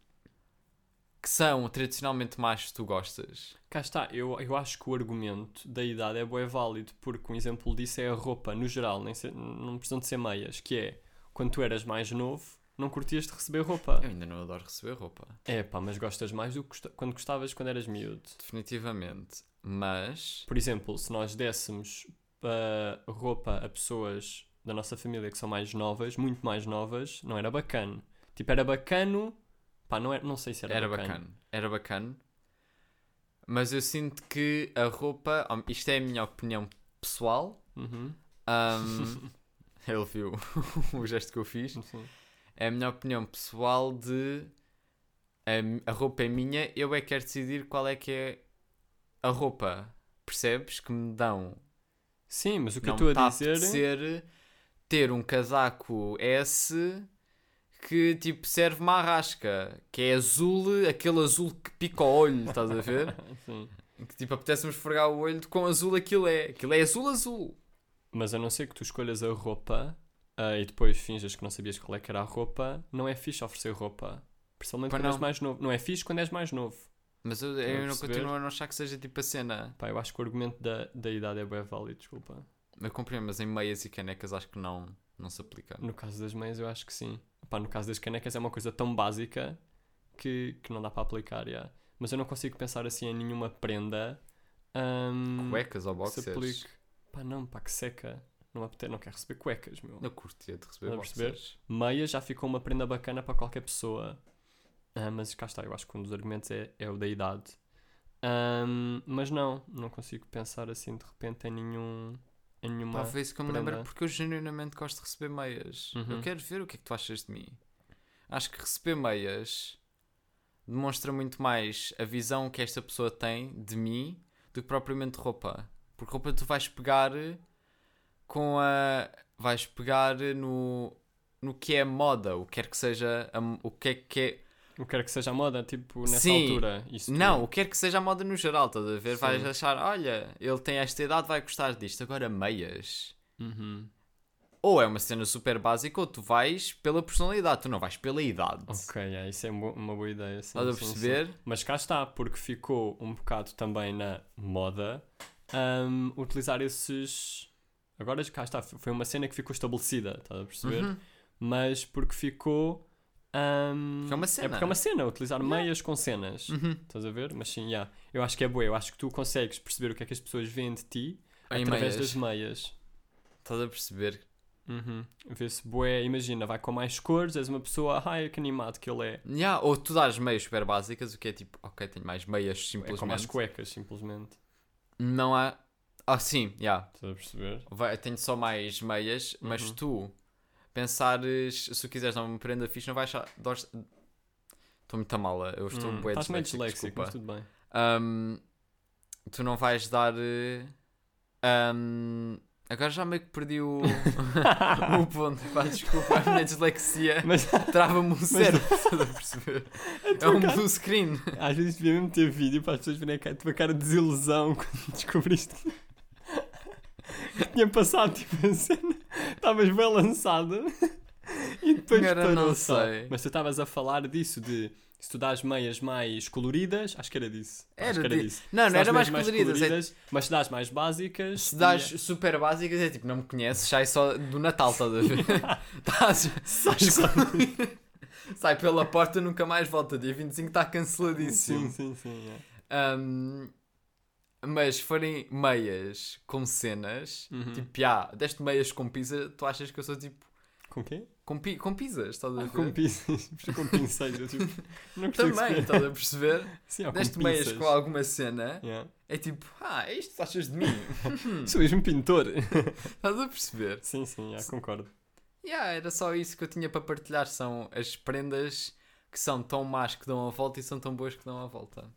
que são tradicionalmente mais que tu gostas?
Cá está, eu, eu acho que o argumento da idade é bué válido, porque um exemplo disso é a roupa, no geral, nem se- não precisam de ser meias, que é, quando tu eras mais novo, não curtias de receber roupa.
Eu ainda não adoro receber roupa.
É pá, mas gostas mais do que gosta- quando gostavas quando eras miúdo.
Definitivamente. Mas.
Por exemplo, se nós dessemos ah, roupa a pessoas da nossa família que são mais novas, muito mais novas, não era bacana. Tipo, era bacano. Pá, não, era, não sei se era,
Era, bacana. Era bacana. Mas eu sinto que a roupa. hum, Isto é a minha opinião pessoal.
Uhum,
hum, ele viu o gesto que eu fiz.
sim.
É a minha opinião pessoal de. A, mi- a roupa é minha, eu é que quero decidir qual é que é a roupa. Percebes? Que me dão.
Sim, mas o que
não
eu estou
me tá
a dizer.
apetecer ter um casaco S que tipo serve uma rasca, que é azul, aquele azul que pica o olho, estás a ver?
Sim.
que tipo apetece-me esfregar o olho de quão azul aquilo é. Aquilo é azul azul.
Mas a não ser que tu escolhas a roupa ah, e depois finjas que não sabias qual é que era a roupa, não é fixe oferecer roupa. Principalmente
Pá,
quando és
não.
mais novo. Não é fixe quando és mais novo.
Mas eu,
Estão a
eu não
perceber?
continuo a não achar que seja tipo a cena.
Pá, eu acho que o argumento da, da idade é bem válido, desculpa.
Eu compreendo, mas em meias e canecas acho que não, não se aplica.
No caso das meias, eu acho que sim. Pá, no caso das canecas, é uma coisa tão básica que, que não dá para aplicar. Yeah. Mas eu não consigo pensar assim em nenhuma prenda ahm,
Cuecas ou
que Hum, se
boxers.
aplique. Pá, não, pá, que seca. Não, me apetece, não quero receber cuecas, meu.
Não curtia de receber
Estás a perceber?
boxers.
Meia já ficou uma prenda bacana para qualquer pessoa. Ah, mas cá está, eu acho que um dos argumentos é, é o da idade. Ahm, mas não, não consigo pensar assim de repente em nenhum. Em nenhuma.
Pá, foi isso que eu me lembro
prenda.
porque eu genuinamente gosto de receber meias. Eu
Uhum.
quero ver o que é que tu achas de mim. Acho que receber meias demonstra muito mais a visão que esta pessoa tem de mim do que propriamente roupa. Porque roupa tu vais pegar com a. vais pegar no. no que é moda, o que quer que seja. a m- o que é que é.
Eu quero que seja a moda, tipo, nessa
Sim.
altura. Isso
Não, o que quer que seja a moda no geral, estás a ver? Vais
Sim.
achar, olha, ele tem esta idade, vai gostar disto. Agora, meias.
Uhum.
ou é uma cena super básica ou tu vais pela personalidade, tu não vais pela idade.
Ok, é, isso é um bo- uma boa ideia. Sim,
Estás a
sim, sim.
perceber?
Mas cá está, porque ficou um bocado também na moda hum, utilizar esses. Agora cá está, f- foi uma cena que ficou estabelecida, estás a perceber?
Uhum.
Mas porque ficou Ahm,
Porque é uma cena,
É porque é
né?
uma cena, utilizar
Yeah.
meias com cenas.
Uhum.
Estás a ver? Mas sim, yeah. eu acho que é boa. Eu acho que tu consegues perceber o que é que as pessoas veem de ti
Em
através
meias.
das meias.
Estás a perceber?
Uhum. Vê-se boé, imagina, vai com mais cores, és uma pessoa, ai que animado que ele é.
Yeah, ou tu dás meias super básicas, o que é tipo, ok, tenho mais meias
É com
simplesmente.
mais cuecas, simplesmente.
não há. Ah, sim, yeah.
Estás a perceber?
Vai, eu tenho só mais meias, mas
Uhum.
tu pensares, se tu quiseres dar uma prenda fixe, não vais achar. dós- Estou muito a mala, eu estou
Hum,
bué
Estás meio
disléxico,
disléxico,
desculpa.
mas tudo bem.
Ahm, tu não vais dar. eh, ahm, agora já meio que perdi o, o ponto. Pá, desculpa, a minha dislexia
Mas
trava-me o cérebro, estás a perceber? É um blue screen.
às vezes devia mesmo ter vídeo para as pessoas verem a ca- tua cara de desilusão quando descobriste que que tinha passado tipo a cena. Estavas bem lançada e depois
Agora
parou
não
só.
sei.
Mas tu estavas a falar disso de se tu dás meias mais coloridas, acho que era disso. acho
Era
que era
di-
disso.
Não,
Se
não
dás
era mais
meias
coloridas. é-
mas se dás mais básicas.
se dás super básicas, é tipo, não me conheces, sai só do Natal, estás a ver? Estás-
Sai só-
sai pela porta, nunca mais volta. Dia 25 está canceladíssimo.
Sim, sim, sim. é.
Um, mas se forem meias com cenas,
Uhum.
tipo, ah, deste meias com pizza, tu achas que eu sou tipo
Com quê?
com, pi com pizzas, estás a
Ah,
ver?
com pinças. Puxa, com pinças. Eu tipo. Não gostei de
Também,
perceber.
estás a perceber?
Sim, ou É com
deste meias
pinças.
com alguma cena,
Yeah.
é tipo, ah, é isto que tu achas de mim, Hum.
Sou mesmo pintor.
estás a perceber?
sim, sim, yeah, concordo.
Yeah, era só isso que eu tinha para partilhar, são as prendas que são tão más que dão a volta e são tão boas que dão a volta.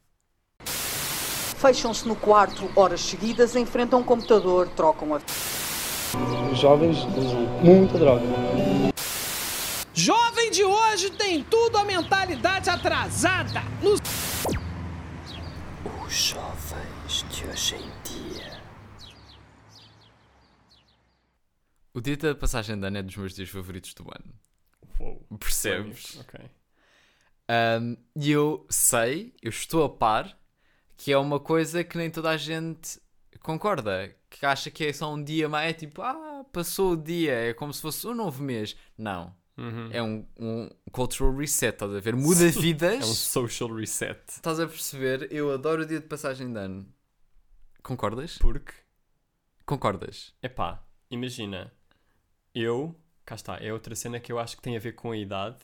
Fecham-se no quarto horas seguidas, enfrentam o computador, trocam a
Os jovens usam muita droga.
Jovem de hoje tem tudo a mentalidade atrasada. No
Os jovens de hoje em dia.
O dia da passagem de ano é dos meus dias favoritos do ano.
Uou.
Percebes?
Ok.
Um, e eu sei, eu estou a par, que é uma coisa que nem toda a gente concorda, que acha que é só um dia mais, é tipo, ah, passou o dia, é como se fosse um novo mês. Não, é um, um cultural reset, estás a ver? Muda
É um
vidas,
social reset.
estás a perceber? Eu adoro o dia de passagem de ano. Concordas?
Porque,
Concordas?
epá, imagina, eu, cá está, é outra cena que eu acho que tem a ver com a idade,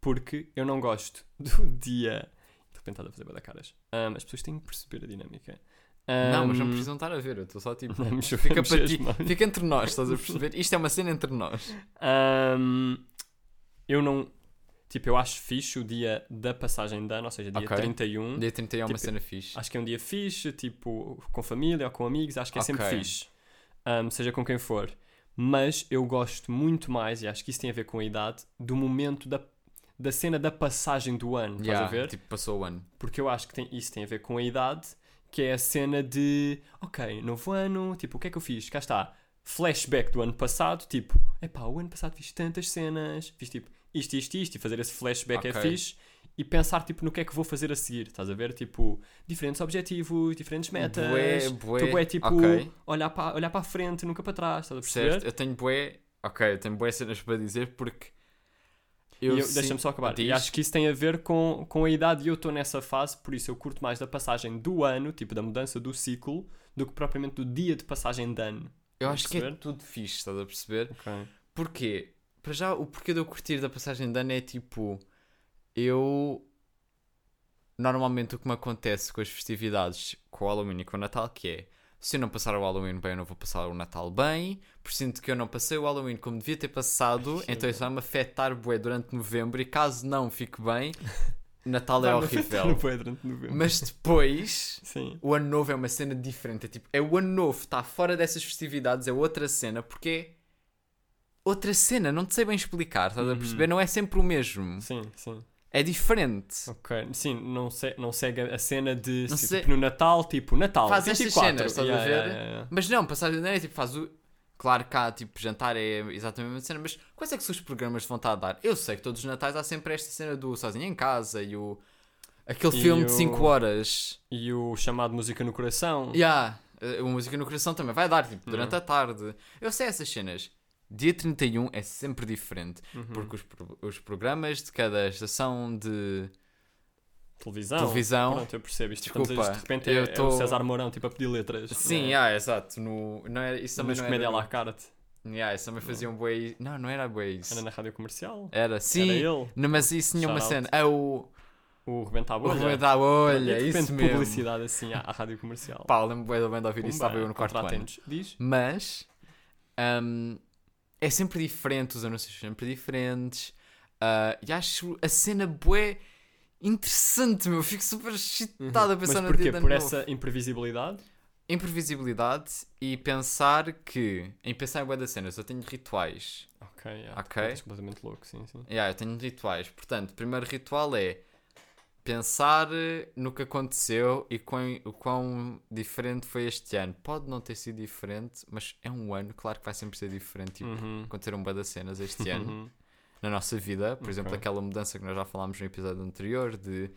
porque eu não gosto do dia. Estou tentado a fazer bada caras. Ahm, as pessoas têm que perceber a dinâmica.
Não, mas não
Ahm,
precisam estar a ver, eu estou só tipo.
não, mas
Fica
vamos
para
as
ti,
mãos.
fica entre nós, estás a perceber? Isto é uma cena entre nós.
Ahm, eu não. Tipo, eu acho fixe o dia da passagem de ano, ou seja, dia
Ok.
31.
Dia 30 é uma
Tipo,
cena fixe.
Acho que é um dia fixe, tipo, com família ou com amigos, acho que é sempre
Ok.
fixe. Ahm, seja com quem for. Mas eu gosto muito mais, e acho que isso tem a ver com a idade, do momento da, da cena da passagem do ano, estás
Yeah,
a ver?
Tipo, passou o ano.
Porque eu acho que tem- isso tem a ver com a idade, que é a cena de, ok, novo ano, tipo, o que é que eu fiz? Cá está. Flashback do ano passado, tipo, epá, o ano passado fiz tantas cenas, fiz tipo isto, isto, isto, e fazer esse flashback é
Ok.
fixe. E pensar, tipo, no que é que vou fazer a seguir, estás a ver? Tipo, diferentes objetivos, diferentes metas.
Bué, bué,
Tu é tipo,
ok.
olhar para olhar para a frente, nunca para trás, estás a perceber?
Certo? Eu tenho bué. Ok, eu tenho bué cenas para dizer porque.
E eu-
sinto-
Deixa-me só acabar.
Diz,
E acho que isso tem a ver com, com a idade e eu estou nessa fase, por isso eu curto mais da passagem do ano, tipo da mudança do ciclo, do que propriamente do dia de passagem de ano.
eu acho que é
perceber?
tudo fixe, estás a perceber?
Ok.
Porquê? Para já, o porquê de eu curtir da passagem de ano é tipo. Eu. Normalmente o que me acontece com as festividades, com o Halloween e com o Natal, que é. Se eu não passar o Halloween bem, eu não vou passar o Natal bem. Por sinto que eu não passei o Halloween como devia ter passado, então isso vai-me afetar bué durante novembro. E caso não fique bem, Natal é horrível.
tá durante novembro.
Mas depois,
Sim.
o ano novo é uma cena diferente. É tipo, é o ano novo, está fora dessas festividades, é outra cena, porque é outra cena, não te sei bem explicar, estás
Uhum.
a perceber? Não é sempre o mesmo,
Sim, sim.
é diferente.
Ok. Sim, não, se, não segue a cena de
Não
se-
sei.
tipo, no Natal, tipo, Natal.
Faz estas
24.
cenas, estás
Yeah,
a ver?
yeah, yeah, yeah.
Mas não, passagem de ano é tipo, faz o. Claro que há, tipo, jantar é exatamente a mesma cena, mas quais é que são os programas de vontade a dar? Eu sei que todos os natais há sempre esta cena do Sozinho em Casa e o. Aquele
E
filme de
o-
5 horas.
E o chamado música no coração.
eh, Hum. Ya, a a música no coração também vai dar, tipo, durante a tarde. Eu sei essas cenas. Dia 31 é sempre diferente, porque os, pro- os programas de cada estação de.
Televisão.
Televisão.
Pronto, eu percebo isto.
Desculpa,
Portanto, isto de repente é,
eu
é
tô-
o César Mourão, tipo, a pedir letras.
Sim,
é.
ah, exato. No, não era, isso também
Mas
não é
comédia à
era,
la carte.
Yeah, isso também fazia um boi. Não, não era boi isso.
Era na rádio comercial.
Era, sim.
ele.
Não, mas isso tinha uma
Shout
cena. É o.
O Rebenta tipo, a
O
Bolha.
Rui da Bolha, é
E Tipo, de
isso
repente,
mesmo.
publicidade assim à, à rádio comercial.
Pá, lembro bem da banda ouvir isso,
Pumba,
estava eu no quarto ano.
contratem-nos. Diz?
Mas hum, é sempre diferente, os anúncios são sempre diferentes. ah, e acho a cena bué interessante, meu. Fico super excitado a pensar
Uhum. Mas
no
porquê?
dia de ano
Por
novo.
essa imprevisibilidade?
imprevisibilidade e pensar que. Em pensar em bué das cenas, eu tenho rituais.
Ok, é, yeah,
Ok.
estás um tipo completamente louco, sim, sim.
Yeah, eu tenho rituais. Portanto, o primeiro ritual é pensar eh, no que aconteceu e quão, o quão diferente foi este ano. Pode não ter sido diferente, mas é um ano, claro que vai sempre ser diferente. Tipo,
Uhum.
aconteceram bué das cenas este ano na nossa vida. Por exemplo, aquela mudança que nós já falámos no episódio anterior de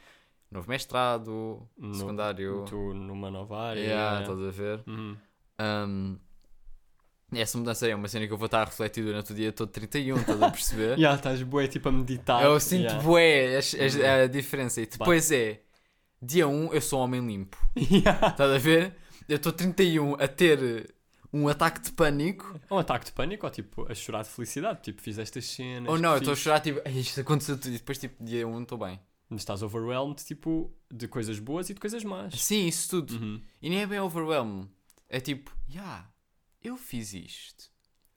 novo mestrado,
No-
secundário.
Tu numa nova área. Uhum.
Yeah, estás a ver? Um, essa mudança é uma cena que eu vou estar a refletir durante o dia todo 31, estás a perceber?
Yeah, estás bué, tipo, a meditar.
Eu sinto
yeah.
bué as-
Uhum.
as- a, diferença. E depois é dia 1 eu sou um homem limpo.
Yeah.
Estás a ver? Eu estou 31 a ter um ataque de pânico.
Um ataque de pânico ou, tipo, a chorar de felicidade. Tipo, fiz estas cenas.
ou não, eu estou a
fiz-
chorar tipo, "Ai, isto aconteceu tudo. E depois tipo, dia 1 estou bem.
Estás overwhelmed, tipo, de coisas boas e de coisas más.
Sim, isso tudo.
Uhum.
E nem é bem overwhelm. É tipo, yeah, eu fiz isto.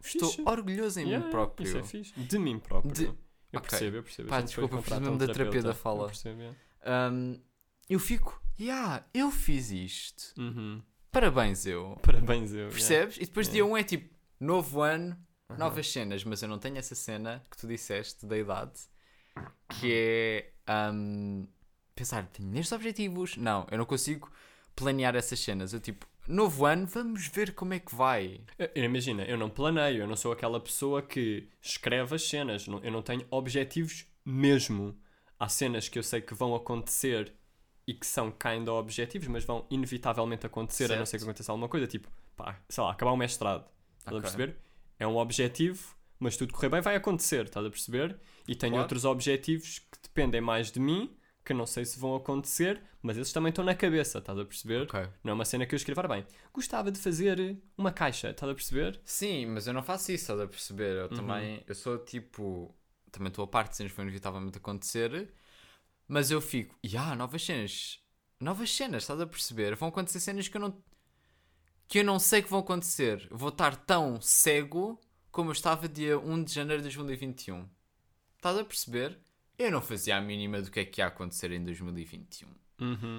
Estou
Fixe.
orgulhoso em
Yeah,
mim próprio.
Isso é fixe. De mim próprio.
De-
Eu
Ok.
percebo, eu percebo.
Pá,
A gente foi
desculpa, eu
contratar
preciso mesmo
um
da terapeuta.
terapeuta
fala.
Eu percebo, yeah.
Hum, eu fico, yeah, eu fiz isto.
Uhum.
Parabéns eu.
Parabéns, eu. yeah.
Percebes? E depois dia 1 um é tipo, novo ano, novas cenas, mas eu não tenho essa cena que tu disseste da idade, que é hum, pensar, tenho nestes objetivos. Não, eu não consigo planear essas cenas. Eu tipo, novo ano, vamos ver como é que vai.
Eu- eu- Imagina, eu não planeio, eu não sou aquela pessoa que escreve as cenas, não- eu não tenho objetivos mesmo. Há cenas que eu sei que vão acontecer e que são kind of objetivos, mas vão inevitavelmente acontecer, a não ser que
Certo.
aconteça alguma coisa, tipo, pá, sei lá, acabar o mestrado. Estás
Ok.
a perceber? É um objetivo, mas tudo correr bem vai acontecer, estás a perceber? E tenho
Claro.
outros objetivos que dependem mais de mim, que não sei se vão acontecer, mas esses também estão na cabeça, estás a perceber?
Ok.
Não é uma cena que eu escrevo, ora bem, gostava de fazer uma caixa, estás a perceber?
Sim, mas eu não faço isso, estás a perceber? Eu também, eu sou tipo, também estou a parte de cenas que vão inevitavelmente acontecer, mas eu fico, e há novas cenas, novas cenas, estás a perceber? Vão acontecer cenas que eu não, que eu não sei que vão acontecer. Vou estar tão cego como eu estava dia 1 de janeiro de 2021. Estás a perceber? Eu não fazia a mínima do que é que ia acontecer em 2021.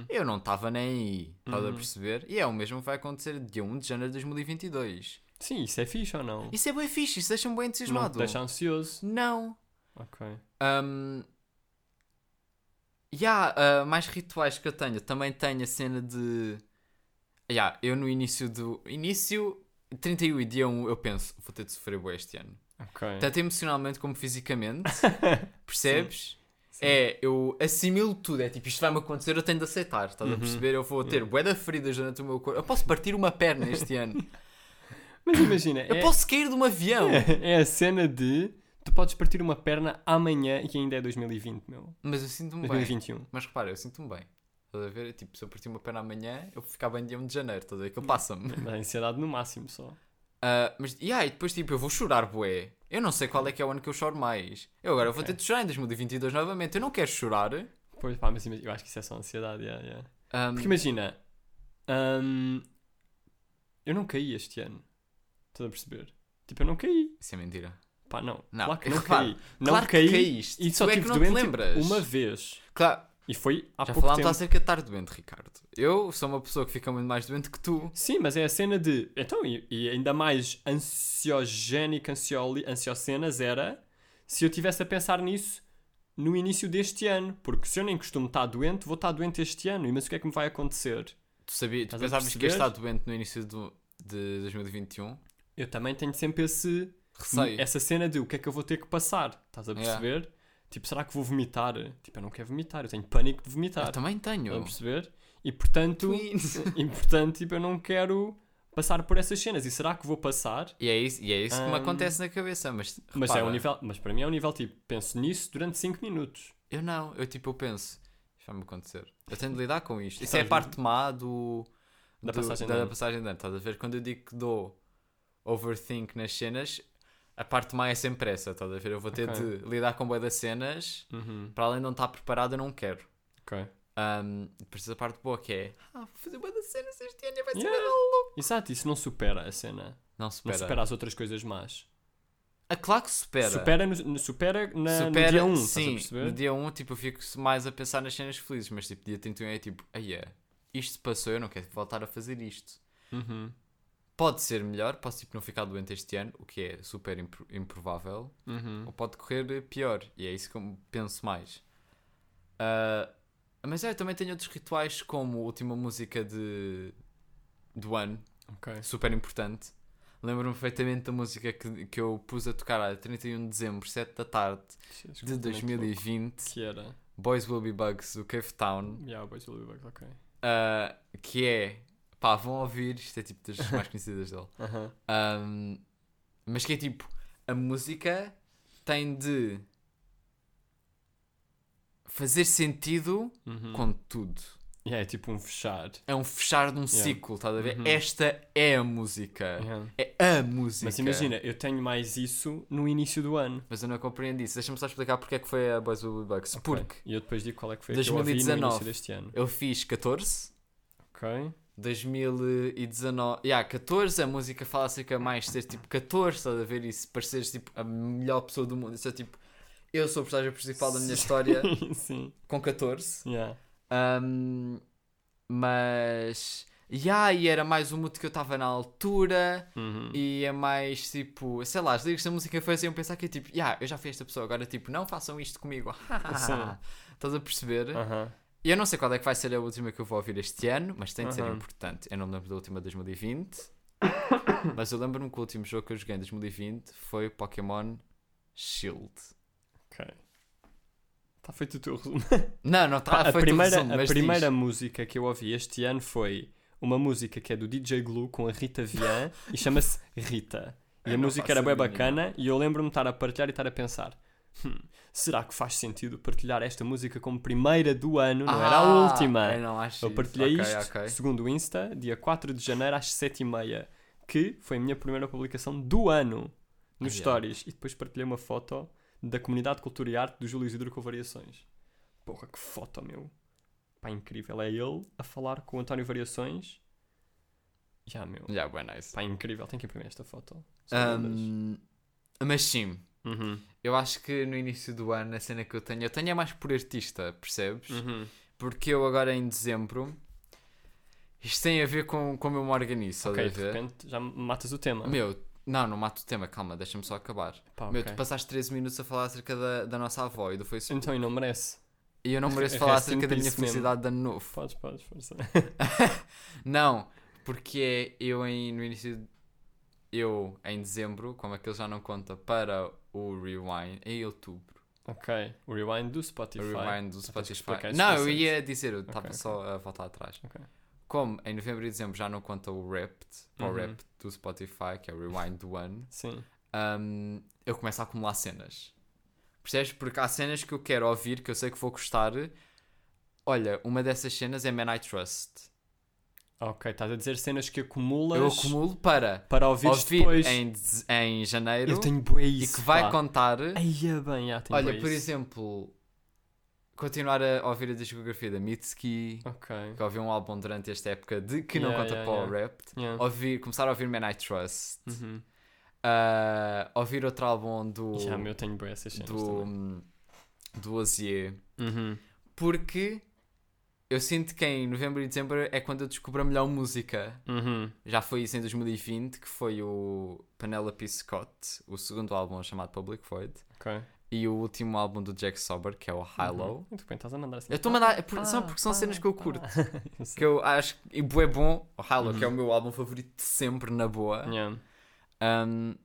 Eu não estava nem aí, estás a perceber? E é o mesmo que vai acontecer dia 1 de janeiro de 2022.
Sim, isso é fixe ou não?
Isso é bem fixe, isso deixa-me bem
não te
entusiasmado.
deixa ansioso.
Não.
Ok.
Hum, e há ah, mais rituais que eu tenho. Também tenho a cena de. Ya, eu no início do. Início 31 e um, dia 1 eu penso, vou ter de sofrer bué este ano.
Ok.
Tanto emocionalmente como fisicamente. percebes? É, eu assimilo tudo. É tipo, isto vai-me acontecer, eu tenho de aceitar. Estás
Uhum.
a perceber? Eu vou ter bué de feridas durante o meu corpo. Eu posso partir uma perna este ano.
Mas imagina,
Eu
é,
posso cair de um avião.
é a cena de tu podes partir uma perna amanhã e ainda é 2020, meu.
Mas eu sinto-me bem.
2021.
Mas repara, eu sinto-me bem. Estás a ver? É Tipo, se eu partir uma perna amanhã, eu vou ficar bem dia 1 de janeiro, estás a ver? Que ele passa-me.
Dá ansiedade no máximo só.
Ah, mas, e aí, depois tipo, eu vou chorar, bué. Eu não sei qual é que é o ano que eu choro mais. Eu agora vou ter de chorar em 2022 novamente. Eu não quero chorar.
Pois pá, mas imagina, eu acho que isso é só ansiedade, yeah, yeah.
Ahm,
Porque imagina, hum, eu não caí este ano. Estás a perceber? Tipo, eu não caí.
Isso é mentira.
Pá, não.
Não,
Claro que não
repara,
caí. Não
claro que
caí
caíste.
E só
Tu é que
tive
não te
doente
lembras.
uma vez.
Claro,
E foi há
já
pouco
falámos
tempo.
acerca de estar doente, Ricardo. Eu sou uma pessoa que fica muito mais doente que tu.
Sim, mas é a cena de. Então, e, e ainda mais ansiogénica, ansioli, ansiocenas era se eu tivesse a pensar nisso no início deste ano. Porque se eu nem costumo estar doente, vou estar doente este ano. E mas o que é que me vai acontecer?
Tu, sabias, tu
Estás a
pensavas que
perceber?
ias estar doente no início do, de 2021?
Eu também tenho sempre esse.
Receio.
Essa cena de o que é que eu vou ter que passar. Estás a
Yeah.
perceber? Tipo, será que vou vomitar? Tipo, eu não quero vomitar, eu tenho pânico de vomitar.
Eu também tenho.
Estás a perceber? E portanto.
Twins.
E portanto, tipo, eu não quero passar por essas cenas. E será que vou passar?
E é isso, e é isso que me
Ahm,
acontece na cabeça, mas.
Mas é
repara,
um nível, mas para mim é um nível tipo, penso nisso durante 5 minutos.
Eu não, eu tipo, eu penso, isto vai-me acontecer. Eu tenho de lidar com isto. Isso é a
Sabes,
parte má do.
Da
do-
passagem de
da, da
ano.
passagem de ano. Estás a ver? Quando eu digo que dou overthink nas cenas, a parte má é sempre essa, estás a ver? Eu vou ter
Ok. Uhum.
de lidar com boia das cenas, para além de não estar preparado, eu não quero.
Ok.
Um, depois a parte boa que é, ah, vou fazer boia das cenas este ano, e vai ser
Yeah.
yeah. é louco.
Exato, isso não supera a cena.
Não
Não
supera.
supera as outras coisas más.
Ah, claro que supera.
Supera, no, no- supera, na,
Supera-
no dia 1,
sim,
estás a perceber?
no dia 1, tipo, eu fico mais a pensar nas cenas felizes, mas tipo, dia 31 é tipo, ah, yeah, isto passou, eu não quero voltar a fazer isto.
Uhum.
Pode ser melhor, posso tipo, não ficar doente este ano, o que é super impro- improvável, ou pode correr pior, e é isso que eu penso mais. Ah, mas é, eu também tenho outros rituais, como a última música de, do ano, é
Ok.
super importante. Lembro-me perfeitamente da música que, que eu pus a tocar a 31 de dezembro, 7 da tarde de 2020.
é Que era.
Boys Will Be Bugs do Cave Town,
Yeah, Boys Will Be Back, ok.
ah, que é pá, vão ouvir, isto é tipo das mais conhecidas dele, Ahm, mas que é tipo a música tem de fazer sentido
Hum.
com tudo.
Uhum. Yeah, é tipo um fechar.
É um fechar de um
Yeah. Uhum.
ciclo, estás a ver? Esta é a música. É a música.
Mas imagina, eu tenho mais isso no início do ano.
Mas eu não compreendo isso. Deixa-me só explicar porque é que foi a Boys Will Be Bugs. Porque
E eu depois digo qual é que foi a que eu ouvi no
2019.
início deste ano.
eu fiz 14.
Ok?
2019. Yeah, 14, a música fala acerca mais de ser tipo 14, estás a ver? E se pareceres tipo a melhor pessoa do mundo, isso é tipo, eu sou a personagem principal da minha história
Sim.
com 14.
Yeah.
Ahm, mas. Yeah, e era mais o mood que eu estava na altura,
Hum. Uhum.
e é mais tipo, sei lá, as lyrics da música faziam pensar que é tipo, yeah, eu já fui esta pessoa, agora tipo, não façam isto comigo.
Sim.
Estás a perceber?
é Aham.
E Eu não sei qual é que vai ser a última que eu vou ouvir este ano, mas tem de ser
Aham.
importante. Eu não me lembro da última de 2020, mas eu lembro-me que o último jogo que eu joguei em 2020 foi Pokémon Shield.
Ok. Está feito o teu resumo.
Não, não tá,
Pá,
está
Ah, a
feito
primeira,
o resumo,
a
mas
primeira
diz.
música que eu ouvi este ano foi uma música que é do DJ Glue com a Rita Vian e chama-se Rita. E
Eu
a
não
música era
faço
bem
a mínima.
bacana e eu lembro-me de estar a partilhar e estar a pensar. "Hum, será que faz sentido partilhar esta música como primeira do ano? Não era a
Ah,
última.
Eu, não acho
Eu
isso.
partilhei
Ok,
isto,
ok.
segundo o Insta, dia 4 de janeiro às 7h30, que foi a minha primeira publicação do ano nos
Ah, yeah.
Stories. E depois partilhei uma foto da comunidade de cultura e arte do Júlio Isidro com variações. Porra, que foto, meu. Pá, incrível. É ele a falar com o António Variações. Já, meu.
Yeah, bem nice.
Pá, incrível. Tem que imprimir esta foto. Só
Um,
mandas.
Ahm, mas sim,
Uhum.
eu acho que no início do ano a cena que eu tenho, eu tenho é mais por artista, percebes?
Uhum.
Porque eu agora em dezembro, isto tem a ver com como eu me organizo, estás
Ok,
a
de
ver?
repente já me matas o tema.
Meu, não, não mato o tema, calma, deixa-me só acabar.
Pá,
Meu,
ok.
tu passaste 13 minutos a falar acerca da, da nossa avó e do Facebook.
Então, e não merece.
E eu não mereço
Rest
falar
in
acerca da minha
peace mesmo.
felicidade de ano novo.
Podes, podes, força.
Não, porque é eu em, no início. Eu em dezembro, como aquele já não conta, para o Rewind, em outubro.
ok. O rewind do
O
Spotify.
Rewind do
Então tens que explicar
Spotify.
esse
Não, eu
conceito.
ia dizer, eu estava
ok.
só a voltar atrás.
Ok.
Como em novembro e dezembro já não conta o Wrapped, para o
Uhum.
Wrapped do Spotify, que é o Rewind do ano.
Sim.
hum, eu começo a acumular cenas. Percebes? Porque há cenas que eu quero ouvir, que eu sei que vou gostar. Olha, uma dessas cenas é Man I Trust.
Ok, estás a dizer cenas que acumulas
eu acumulo para
para ouvir
ouvir
depois.
em, dez- em janeiro
Eu tenho bué
e
isso.
que vai
pá.
contar.
Ai, é bem, já, tenho
Olha,
bué
por
isso.
exemplo, continuar a ouvir a discografia da Mitski,
Ok.
que ouvi um álbum durante esta época de que não
Yeah,
conta
yeah,
para o
yeah.
rap.
Yeah.
Ouvir, começar a ouvir Man I Trust.
Uhum.
Ah, ouvir outro álbum do.
Já, meu, eu tenho bué essas cenas
do, hum,
também.
do Ozier.
Uhum.
Porque eu sinto que em novembro e dezembro é quando eu descubro a melhor música.
Uhum.
Já foi isso em 2020, que foi o Penelope Scott, o segundo álbum chamado Public Void,
Ok.
e o último álbum do Jack Sober, que é o Hilo.
Uhum. Muito bem, estás a mandar assim.
Eu estou a mandar. é por-
pá,
são porque são
pá,
cenas que eu
pá.
curto.
Eu sei. Uhum.
Que eu acho que e bué bom, o Hilo, que é o meu álbum favorito de sempre, na boa.
Yeah.
Um,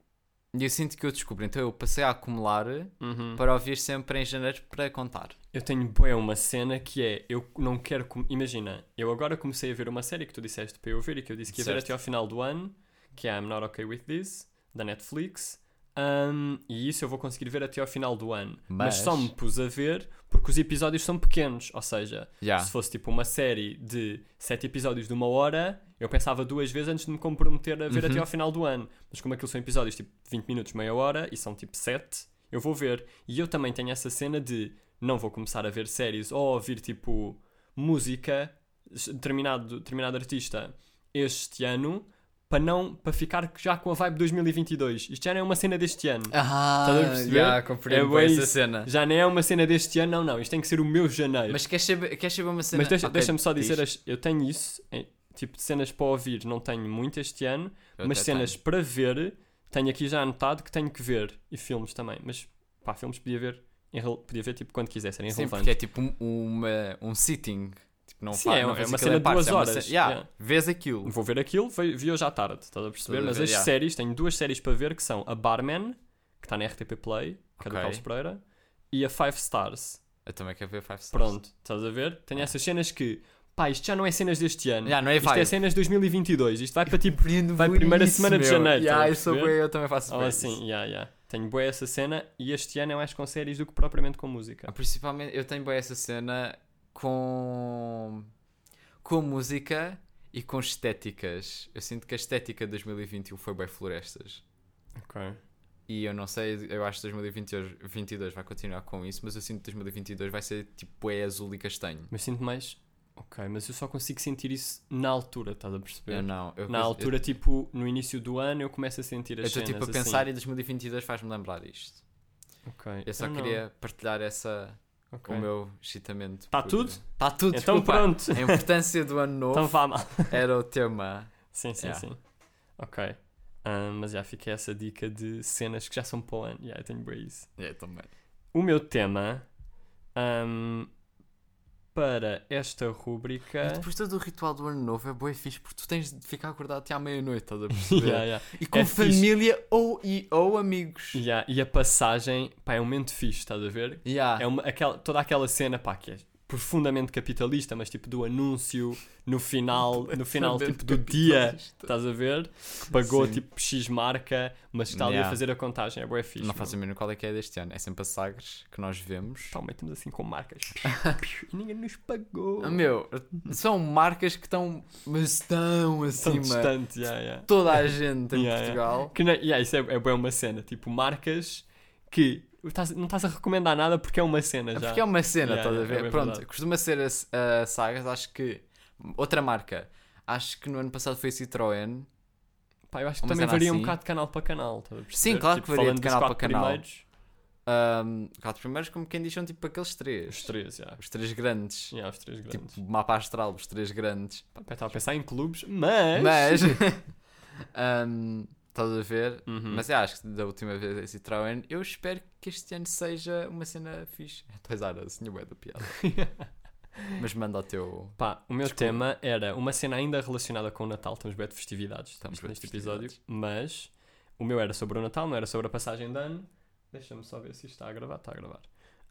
E eu sinto que eu descubro. Então eu passei a acumular
Uhum.
para ouvir sempre em janeiro para contar.
Eu tenho bué uma cena que é, eu não quero, com- imagina, eu agora comecei a ver uma série que tu disseste para eu ver e que eu disse que ia ver
Certo.
até ao final do ano, que é I'm Not Okay With This, da Netflix, Ahm, e isso eu vou conseguir ver até ao final do ano. Mas,
Mas-
só me pus a ver porque os episódios são pequenos, ou seja,
Yeah.
se fosse tipo uma série de sete episódios de uma hora, eu pensava duas vezes antes de me comprometer a ver até ao final do ano. Mas como aquilo são episódios tipo 20 minutos, meia hora, e são tipo sete, eu vou ver. E eu também tenho essa cena de não vou começar a ver séries ou ouvir tipo música, s- determinado, determinado artista, este ano, para não, para ficar já com a vibe 2022. Isto já não é uma cena deste ano.
Ah,
Estás a perceber?
já, compreendo
bué
bem essa
isso.
cena.
Já nem é uma cena deste ano, não, não. Isto tem que ser o meu janeiro.
Ah. Mas queres saber, queres saber uma cena?
Mas deixa-
Ok, é
deixa-me só dizer, assim,
diz.
as- eu tenho isso, em- tipo de cenas para ouvir não tenho muito este ano,
Eu
mas
até
cenas
tenho.
para ver, tenho aqui já anotado que tenho que ver, e filmes também, mas pá, filmes podia ver, em rel- podia ver tipo quando quiser, serem
Sim, porque é
relevantes.
tipo um, uma- um sitting. Tipo, não
Sim,
fa-
é-
não
é
faz
uma
aquilo
cena
em
de
partes,
duas
é uma
horas,
cena- Yeah,
yeah.
Vês aquilo.
Vou ver aquilo, vi, vi hoje à tarde, estás a perceber?
Estás
mas
a ver,
as
já.
séries, tenho duas séries para ver que são a Barman, que está na RTP Play, que é do
Ok.
Carlos Pereira, e a Five Stars.
Eu também quero ver Five Stars.
Pronto, estás a ver? Tenho essas cenas que, pá, isto já não é cenas deste ano.
É. Já, não é
isto é
vibe.
cenas de 2022. Isto vai para tipo,
Compreendo
vai
bué
primeira
isso,
semana de
meu.
janeiro.
Yeah, eu
estás a
sou
perceber?
bué, eu também faço
Ou
bué
assim,
Tipo, é isso.
já, já. Tenho boa essa cena e este ano é mais com séries do que propriamente com música.
Ah, Principalmente, eu tenho bem essa cena com... Com música e com estéticas. Eu sinto que a estética de 2021 foi bem florestas.
Ok.
E eu não sei, eu acho que 2022 vai continuar com isso, mas eu sinto que 2022 vai ser tipo é azul e castanho.
Mas sinto mais. Ok, mas eu só consigo sentir isso na altura, estás a perceber?
Eu não. Eu,
Na
eu-
altura, tipo, no início do ano eu começo a sentir
Eu
as
estou
cenas.
tipo a
assim.
pensar e 2022 faz-me lembrar isto.
Ok. Ah,
Eu só
não.
queria partilhar essa,
Ok.
o meu excitamento.
Tá tudo?
Está tudo,
Então
desculpa.
pronto.
A importância do ano novo
Então vá mal.
era o tema.
Sim, sim,
Yeah.
sim. Ok. Ah, mas já fica essa dica de cenas que já são para o ano. Yeah, eu tenho bué isso.
É, também.
O meu tema ahm, para esta
E
rúbrica.
depois todo o ritual do ano novo é boi fixe porque tu tens de ficar acordado até à meia-noite, estás a perceber?
Yeah, yeah.
E com
É fixe.
família ou, e, ou amigos.
Yeah, e a passagem, pá, é um momento fixe, estás a ver?
Yeah.
É uma, aquela, toda aquela cena, pá, que é profundamente capitalista, mas tipo do anúncio no final, no final tipo do dia, estás a ver? Que pagou
Sim.
tipo X marca, mas que está ali a
Yeah.
fazer a contagem, é bué fixe.
Não
meu.
faço a mínima qual é que é deste ano. É sempre a Sagres que nós vemos.
Pá, metemos assim com marcas. e ninguém nos pagou.
Ah, meu, são marcas que estão. Mas estão
São
acima.
distantes, yeah, yeah.
Toda a gente em
Yeah, yeah.
Portugal.
Que não, yeah, isso é, é bué uma cena. Tipo, marcas que estás- não estás a recomendar nada porque é uma cena
É
já.
Porque é uma cena,
Yeah,
estás
yeah,
a
é
ver?
bem
Pronto,
verdade.
costuma ser a, a Sagres, acho que. Outra marca. Acho que no ano passado foi a Citroën.
Pá, eu acho que
Uma
também
cena
varia um
assim.
bocado de canal para canal. estás a perceber? Tipo,
Sim, claro que varia
falando
de
dos
canal para
quatro
canal.
primeiros,
Ahm, quatro primeiros, como quem diz, são tipo aqueles
os
três.
três, já.
Os três grandes.
Yeah, os três grandes.
Tipo, mapa astral, os três grandes.
Pá, eu Estava a pensar em clubes, mas.
Mas. ahm, Estás a ver?
Uhum.
Mas eu acho que da última vez a Citroën, eu espero que este ano seja uma cena fixe. Pois era, assim, é da piada. Mas manda o teu.
Pá, o meu tema era uma cena ainda relacionada com o Natal. Estamos bem de festividades
Estamos bué de
neste episódio. Mas o meu era sobre o Natal, não era sobre a passagem de ano. Deixa-me só ver se isto está a gravar. Está a gravar.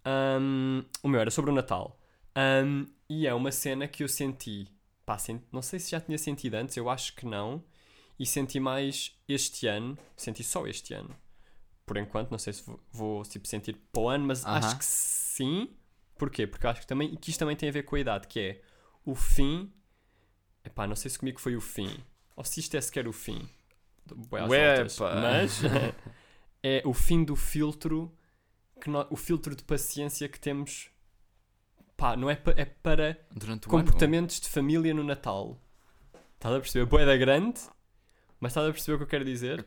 Ahm, o meu era sobre o Natal. Ahm, e é uma cena que eu senti. Pá, sen- não sei se já tinha sentido antes, eu acho que não. E senti mais este ano. Senti só este ano. Por enquanto, não sei se vou, vou, tipo, sentir para o ano, mas
Aham.
acho que sim. Porquê? Porque eu acho que, também, que isto também tem a ver com a idade, que é o fim. Epá, não sei se comigo foi o fim. Ou se isto é sequer o fim. Bué às
Ué,
voltas.
pá.
Mas é o fim do filtro. Que nó- o filtro de paciência que temos. Pá, não é, pa- é para
Durante o ano.
comportamentos de família no Natal. Estás a perceber? Boa da grande, mas estás a perceber o que eu quero dizer?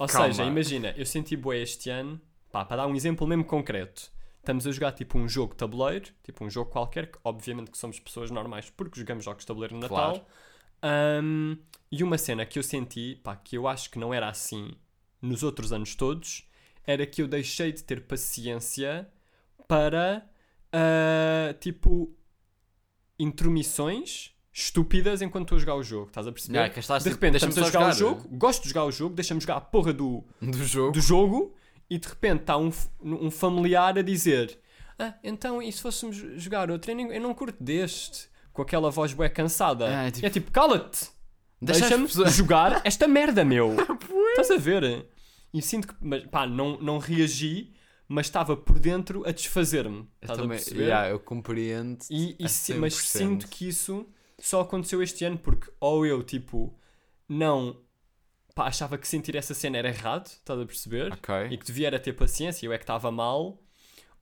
Ou
Calma.
seja, imagina, eu senti boé este ano, pá, para dar um exemplo mesmo concreto. Estamos a jogar tipo um jogo de tabuleiro, tipo um jogo qualquer, que obviamente que somos pessoas normais porque jogamos jogos de tabuleiro no Natal.
Claro.
Ahm, e uma cena que eu senti, pá, que eu acho que não era assim nos outros anos todos, era que eu deixei de ter paciência para, ah, tipo, intromissões estúpidas enquanto estou a jogar o jogo, estás a perceber?
Yeah, que estás
de
tipo,
repente
deixa-me
estamos a
só
jogar, o
jogar.
jogo, gosto de jogar o jogo, deixa-me jogar a porra do,
do jogo.
do jogo e de repente está um, f- um familiar a dizer ah, então e se fôssemos jogar outro? Eu, nem- eu não curto deste. Com aquela voz bué cansada.
Ah, é
E é,
tipo-
tipo... cala-te!
Deixa as
Deixa-me
pessoas-
jogar esta merda, meu! Estás a ver? E sinto que, mas, pá, não, não reagi, mas estava por dentro a desfazer-me.
Eu
Estás a
também,
perceber?
yeah, eu compreendo.
E, e
a
si- mas
100%.
sinto que isso só aconteceu este ano porque ou eu, tipo, não pá, achava que sentir essa cena era errado, estás a perceber?
Ok.
E que devia era ter paciência, eu é que estava mal,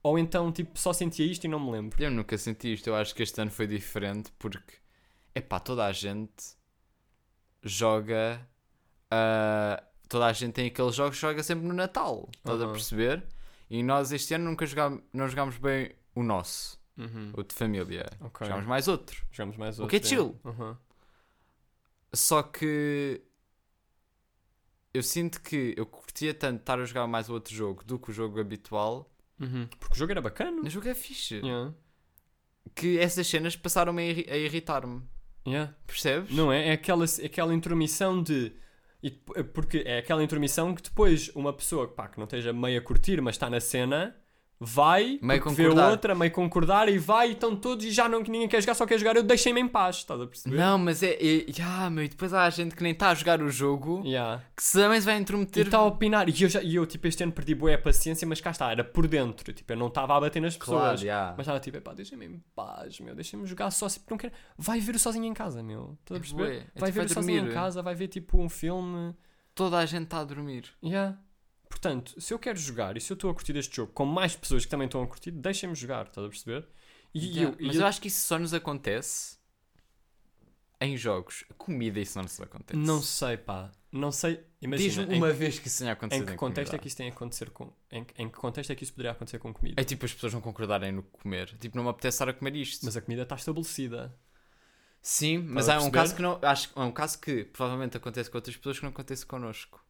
ou então, tipo, só sentia isto e não me lembro.
Eu nunca senti isto. Eu acho que este ano foi diferente porque, epá, toda a gente joga. ah, toda a gente tem aqueles jogos que joga sempre no Natal. Estás a
Aham.
perceber? E nós este ano nunca jogámos, não jogámos bem o nosso, o de família.
Ok.
Jogámos mais outro.
Jogamos mais
O
outro.
que é
é.
chill.
Aham.
Só que eu sinto que eu curtia tanto estar a jogar mais outro jogo do que o jogo habitual.
Uhum. Porque o jogo era bacana.
O jogo é fixe.
Yeah.
Que essas cenas passaram-me a irri- a irritar-me.
Yeah.
Percebes?
Não é? É aquela, aquela intromissão de. e dep- porque é aquela intromissão que depois uma pessoa pá, que não esteja meio a curtir, mas está na cena, vai,
Meio
porque vê
concordar.
outra, meio concordar e vai, e estão todos e já não que ninguém quer jogar, só quer jogar, eu deixem-me em paz, estás a perceber?
Não, mas é. é ah, meu, e depois há gente que nem está a jogar o jogo
Yeah.
que se também se vai
E
intrometer.
está a opinar, e eu, já, e eu tipo, este ano perdi boa a paciência, mas cá está, era por dentro, tipo, eu não estava a bater nas pessoas,
Claro, yeah.
mas estava tipo, pá, deixem-me em paz, meu, deixem-me jogar só, se não quero, vai ver o sozinho em casa, meu, estás a
É
perceber?
bué. É
Vai
tipo,
ver
vai
o sozinho
dormir.
em casa, vai ver tipo um filme,
Toda a gente está a dormir.
Yeah. Portanto, se eu quero jogar e se eu estou a curtir este jogo com mais pessoas que também estão a curtir, deixem-me jogar, estás a perceber? E
Yeah,
eu, e
mas
eu
eu acho que isso só nos acontece em jogos. Comida, isso não nos acontece.
não sei, pá. Não sei. Imagina
Diz-me
em,
uma vez que isso tenha
em
acontecido.
que
em
contexto é
comida.
que isso tem a acontecer com. Em, que- em que contexto é que isso poderia acontecer com comida?
É tipo as pessoas não concordarem no que comer. Tipo, não me apetece estar a comer isto.
Mas a comida está estabelecida.
Sim, mas
a
há um
perceber?
caso que não. Acho que é um caso que provavelmente acontece com outras pessoas que não acontece connosco.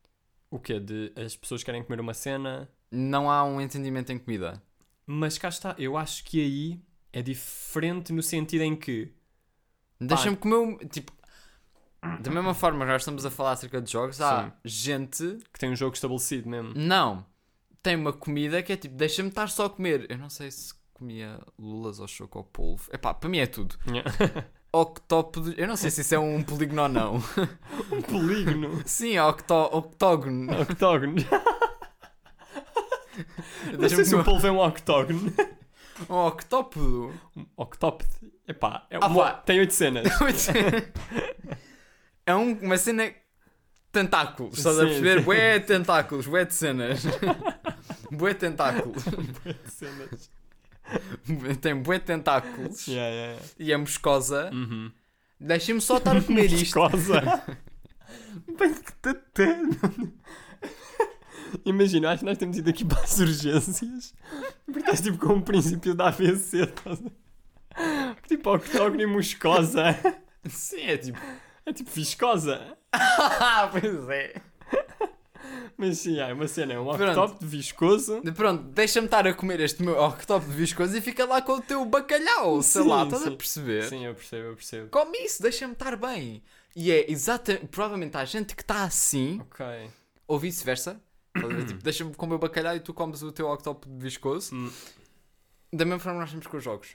O quê? De as pessoas querem comer uma cena.
Não há um entendimento em comida.
Mas cá está, eu acho que aí é diferente no sentido em que.
Deixa-me comer um. Tipo.
Hum.
Da mesma forma que nós estamos a falar acerca de jogos, há gente.
Que tem um jogo estabelecido mesmo.
Não. Tem uma comida que é tipo, deixa-me estar só a comer. Eu não sei se comia lulas ou choco ou polvo. Epá, para mim é tudo.
Yeah.
Octópodo. Eu não sei se isso é um polígono ou não.
um polígono.
Sim, é octó... octógono.
octógono. Não sei
Deixa-me
se o
comer
polvo é um octógono.
um octópodo.
Octópede. Epá, é
Ah,
uma-
pá.
tem oito cenas.
é um- uma cena. Tentáculos, estás a
Sim,
perceber?
sim.
Bué tentáculos, bué de cenas. bué tentáculos.
cenas.
Tem bué tentáculos
Yeah, yeah, yeah.
e é moscosa. Deixem-me só estar a comer isto.
Viscosa. Bem que taté. Imagina, acho que nós temos ido aqui para as urgências. Porque estás tipo com um princípio da AVC. estás a- Tipo octógono e muscosa.
Sim, é tipo.
É tipo viscosa.
Ah, pois é.
Mas sim, é uma cena, é um
Pronto.
octópede viscoso.
De Pronto, deixa-me estar a comer este meu octop de viscoso e fica lá com o teu bacalhau, sei
Sim,
lá, estás a
sim.
perceber?
Sim, eu percebo, eu percebo.
Come isso, deixa-me estar bem. E é exatamente. Provavelmente há gente que está assim,
Ok.
ou vice-versa. Estás a ver? tipo, deixa-me comer o bacalhau e tu comes o teu octop de viscoso.
Hum.
Da mesma forma nós temos com os jogos.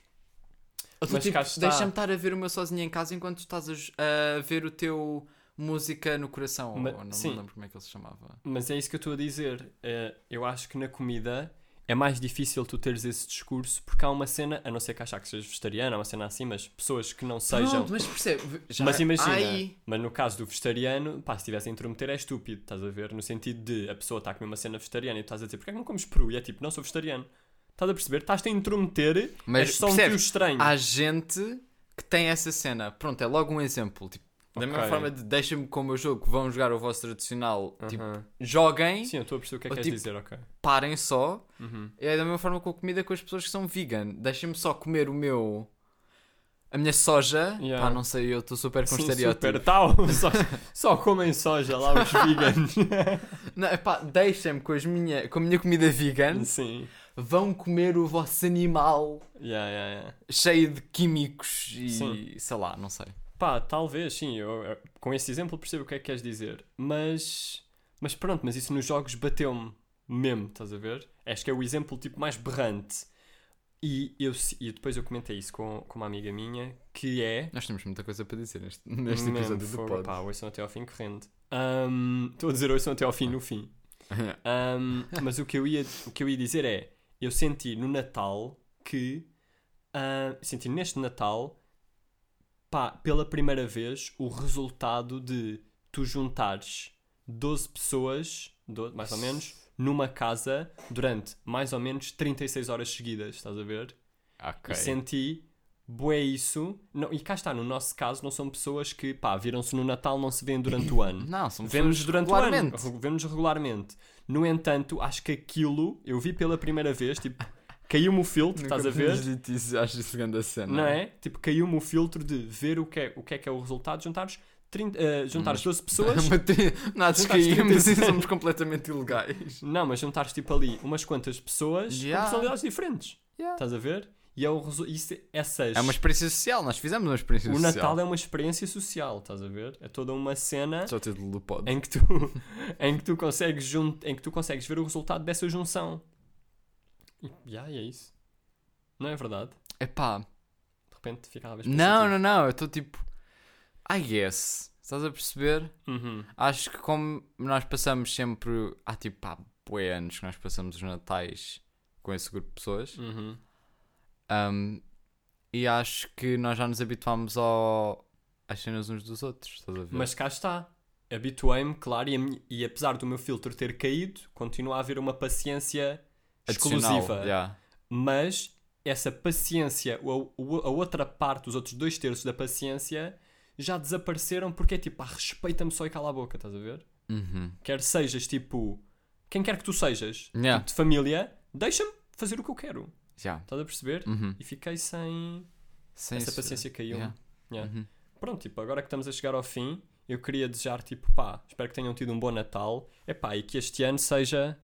Ou tu,
Mas
tipo,
cá está.
deixa-me estar a ver o meu sozinho em casa enquanto tu estás a j- a, ver o teu música no coração.
Ma-
ou não
sim.
me lembro como é que ele se chamava.
Mas é isso que eu estou a dizer. Eh, eu acho que na comida é mais difícil tu teres esse discurso porque há uma cena, a não ser que achar que sejas vegetariano, há uma cena assim, mas pessoas que não sejam.
Pronto, mas percebe. já-
Mas imagina,
Ai.
mas no caso do vegetariano, pá, se estivesse a intrometer é estúpido, estás a ver? No sentido de a pessoa está a comer uma cena vegetariana e tu estás a dizer porque é que não comes peru? E é tipo, não sou vegetariano. Estás a perceber? Estás-te a intrometer,
Mas
és só um
percebes,
tio estranho.
Há gente que tem essa cena. Pronto, é logo um exemplo. Tipo, Da mesma
Ok.
forma de deixa-me com o meu jogo, vão jogar o vosso tradicional. Tipo, joguem,
Sim, eu estou a perceber o que é que
Ou
queres
tipo-
dizer, ok.
parem só.
Uhum.
É da mesma forma com a comida com as pessoas que são vegan. Deixem-me só comer o meu. A minha soja.
Yeah.
Pá, não sei, eu estou super com
Sim,
estereótipo.
super tal. Só, só comem soja lá os veganos.
Não, é pá, deixem-me com, as minha, com a minha comida vegan.
Sim.
Vão comer o vosso animal
Yeah, yeah, yeah.
cheio de químicos e
Sim.
sei lá, não sei.
Pá, talvez, sim, eu, eu- com esse exemplo percebo o que é que queres dizer. Mas, mas pronto, mas isso nos jogos bateu-me mesmo, estás a ver? Acho que é o exemplo tipo mais berrante. E, eu, se- e depois eu comentei isso com, com uma amiga minha, que é...
Nós temos muita coisa para dizer neste, neste
Mesmo,
episódio do
fogo,
pod.
Pá, ouçam até ao fim que rende. Ahm, Estou a dizer ouçam até ao fim no fim. Ahm, mas o que, eu ia, o que eu ia dizer é: eu senti no Natal que. ah, senti neste Natal, pá, pela primeira vez, o resultado de tu juntares 12 pessoas, do- mais ou menos, numa casa durante mais ou menos 36 horas seguidas, estás a ver?
Ok.
E senti, bué isso. Não, e cá está, no nosso caso, não são pessoas que, pá, viram-se no Natal, não se vêem durante o ano.
Não, são
Vemos
pessoas
durante o ano,
regularmente.
regu- vemos regularmente. No entanto, acho que aquilo eu vi pela primeira vez, tipo, caiu-me o filtro, estás a ver?
Isso, acho isso grande a cena.
Não é? Tipo, caiu-me o filtro de ver o que é o, que é, que é o resultado, juntares, 30, eh, juntares 12 pessoas.
Uma tri- Nós
Juntaste
caímos e
36.
somos completamente ilegais.
Não, mas juntares tipo ali umas quantas pessoas
Yeah.
com personalidades diferentes.
Yeah.
Estás a ver? E é o resu- isso, essas.
É uma experiência social, nós fizemos uma experiência
O
social.
Natal é uma experiência social, estás a ver? É toda uma cena
Só o título do pod.
em que tu, em que tu, consegues, jun... em que tu consegues ver o resultado dessa junção. E yeah, e é isso. Não é verdade?
Epá,
De repente fica a vez
não, não, não, eu estou tipo. I guess. Estás a perceber?
não. Uhum.
Acho que como nós passamos sempre. Há tipo, pá, bué anos que nós passamos os Natais com esse grupo de pessoas.
Uhum.
Um, e acho que nós já nos habituámos ao, às cenas uns dos outros, estás a ver?
Mas cá está. Habituei-me, claro, e, a minha- e apesar do meu filtro ter caído, continua a haver uma paciência
Adicional,
exclusiva.
yeah.
mas essa paciência, o- o- a outra parte, os outros dois terços da paciência, já desapareceram porque é tipo, pá, respeita-me só e cala a boca, estás a ver?
Uhum.
Quer sejas tipo, quem quer que tu sejas,
Yeah.
tipo, de família, deixa-me fazer o que eu quero,
Yeah.
estás a perceber?
Uhum.
E fiquei sem.
Sem
essa
isso-
paciência caiu.
yeah.
Yeah.
Uhum.
Pronto, tipo, agora que estamos a chegar ao fim, eu queria desejar, tipo, pá, espero que tenham tido um bom Natal, é pá, e que este ano seja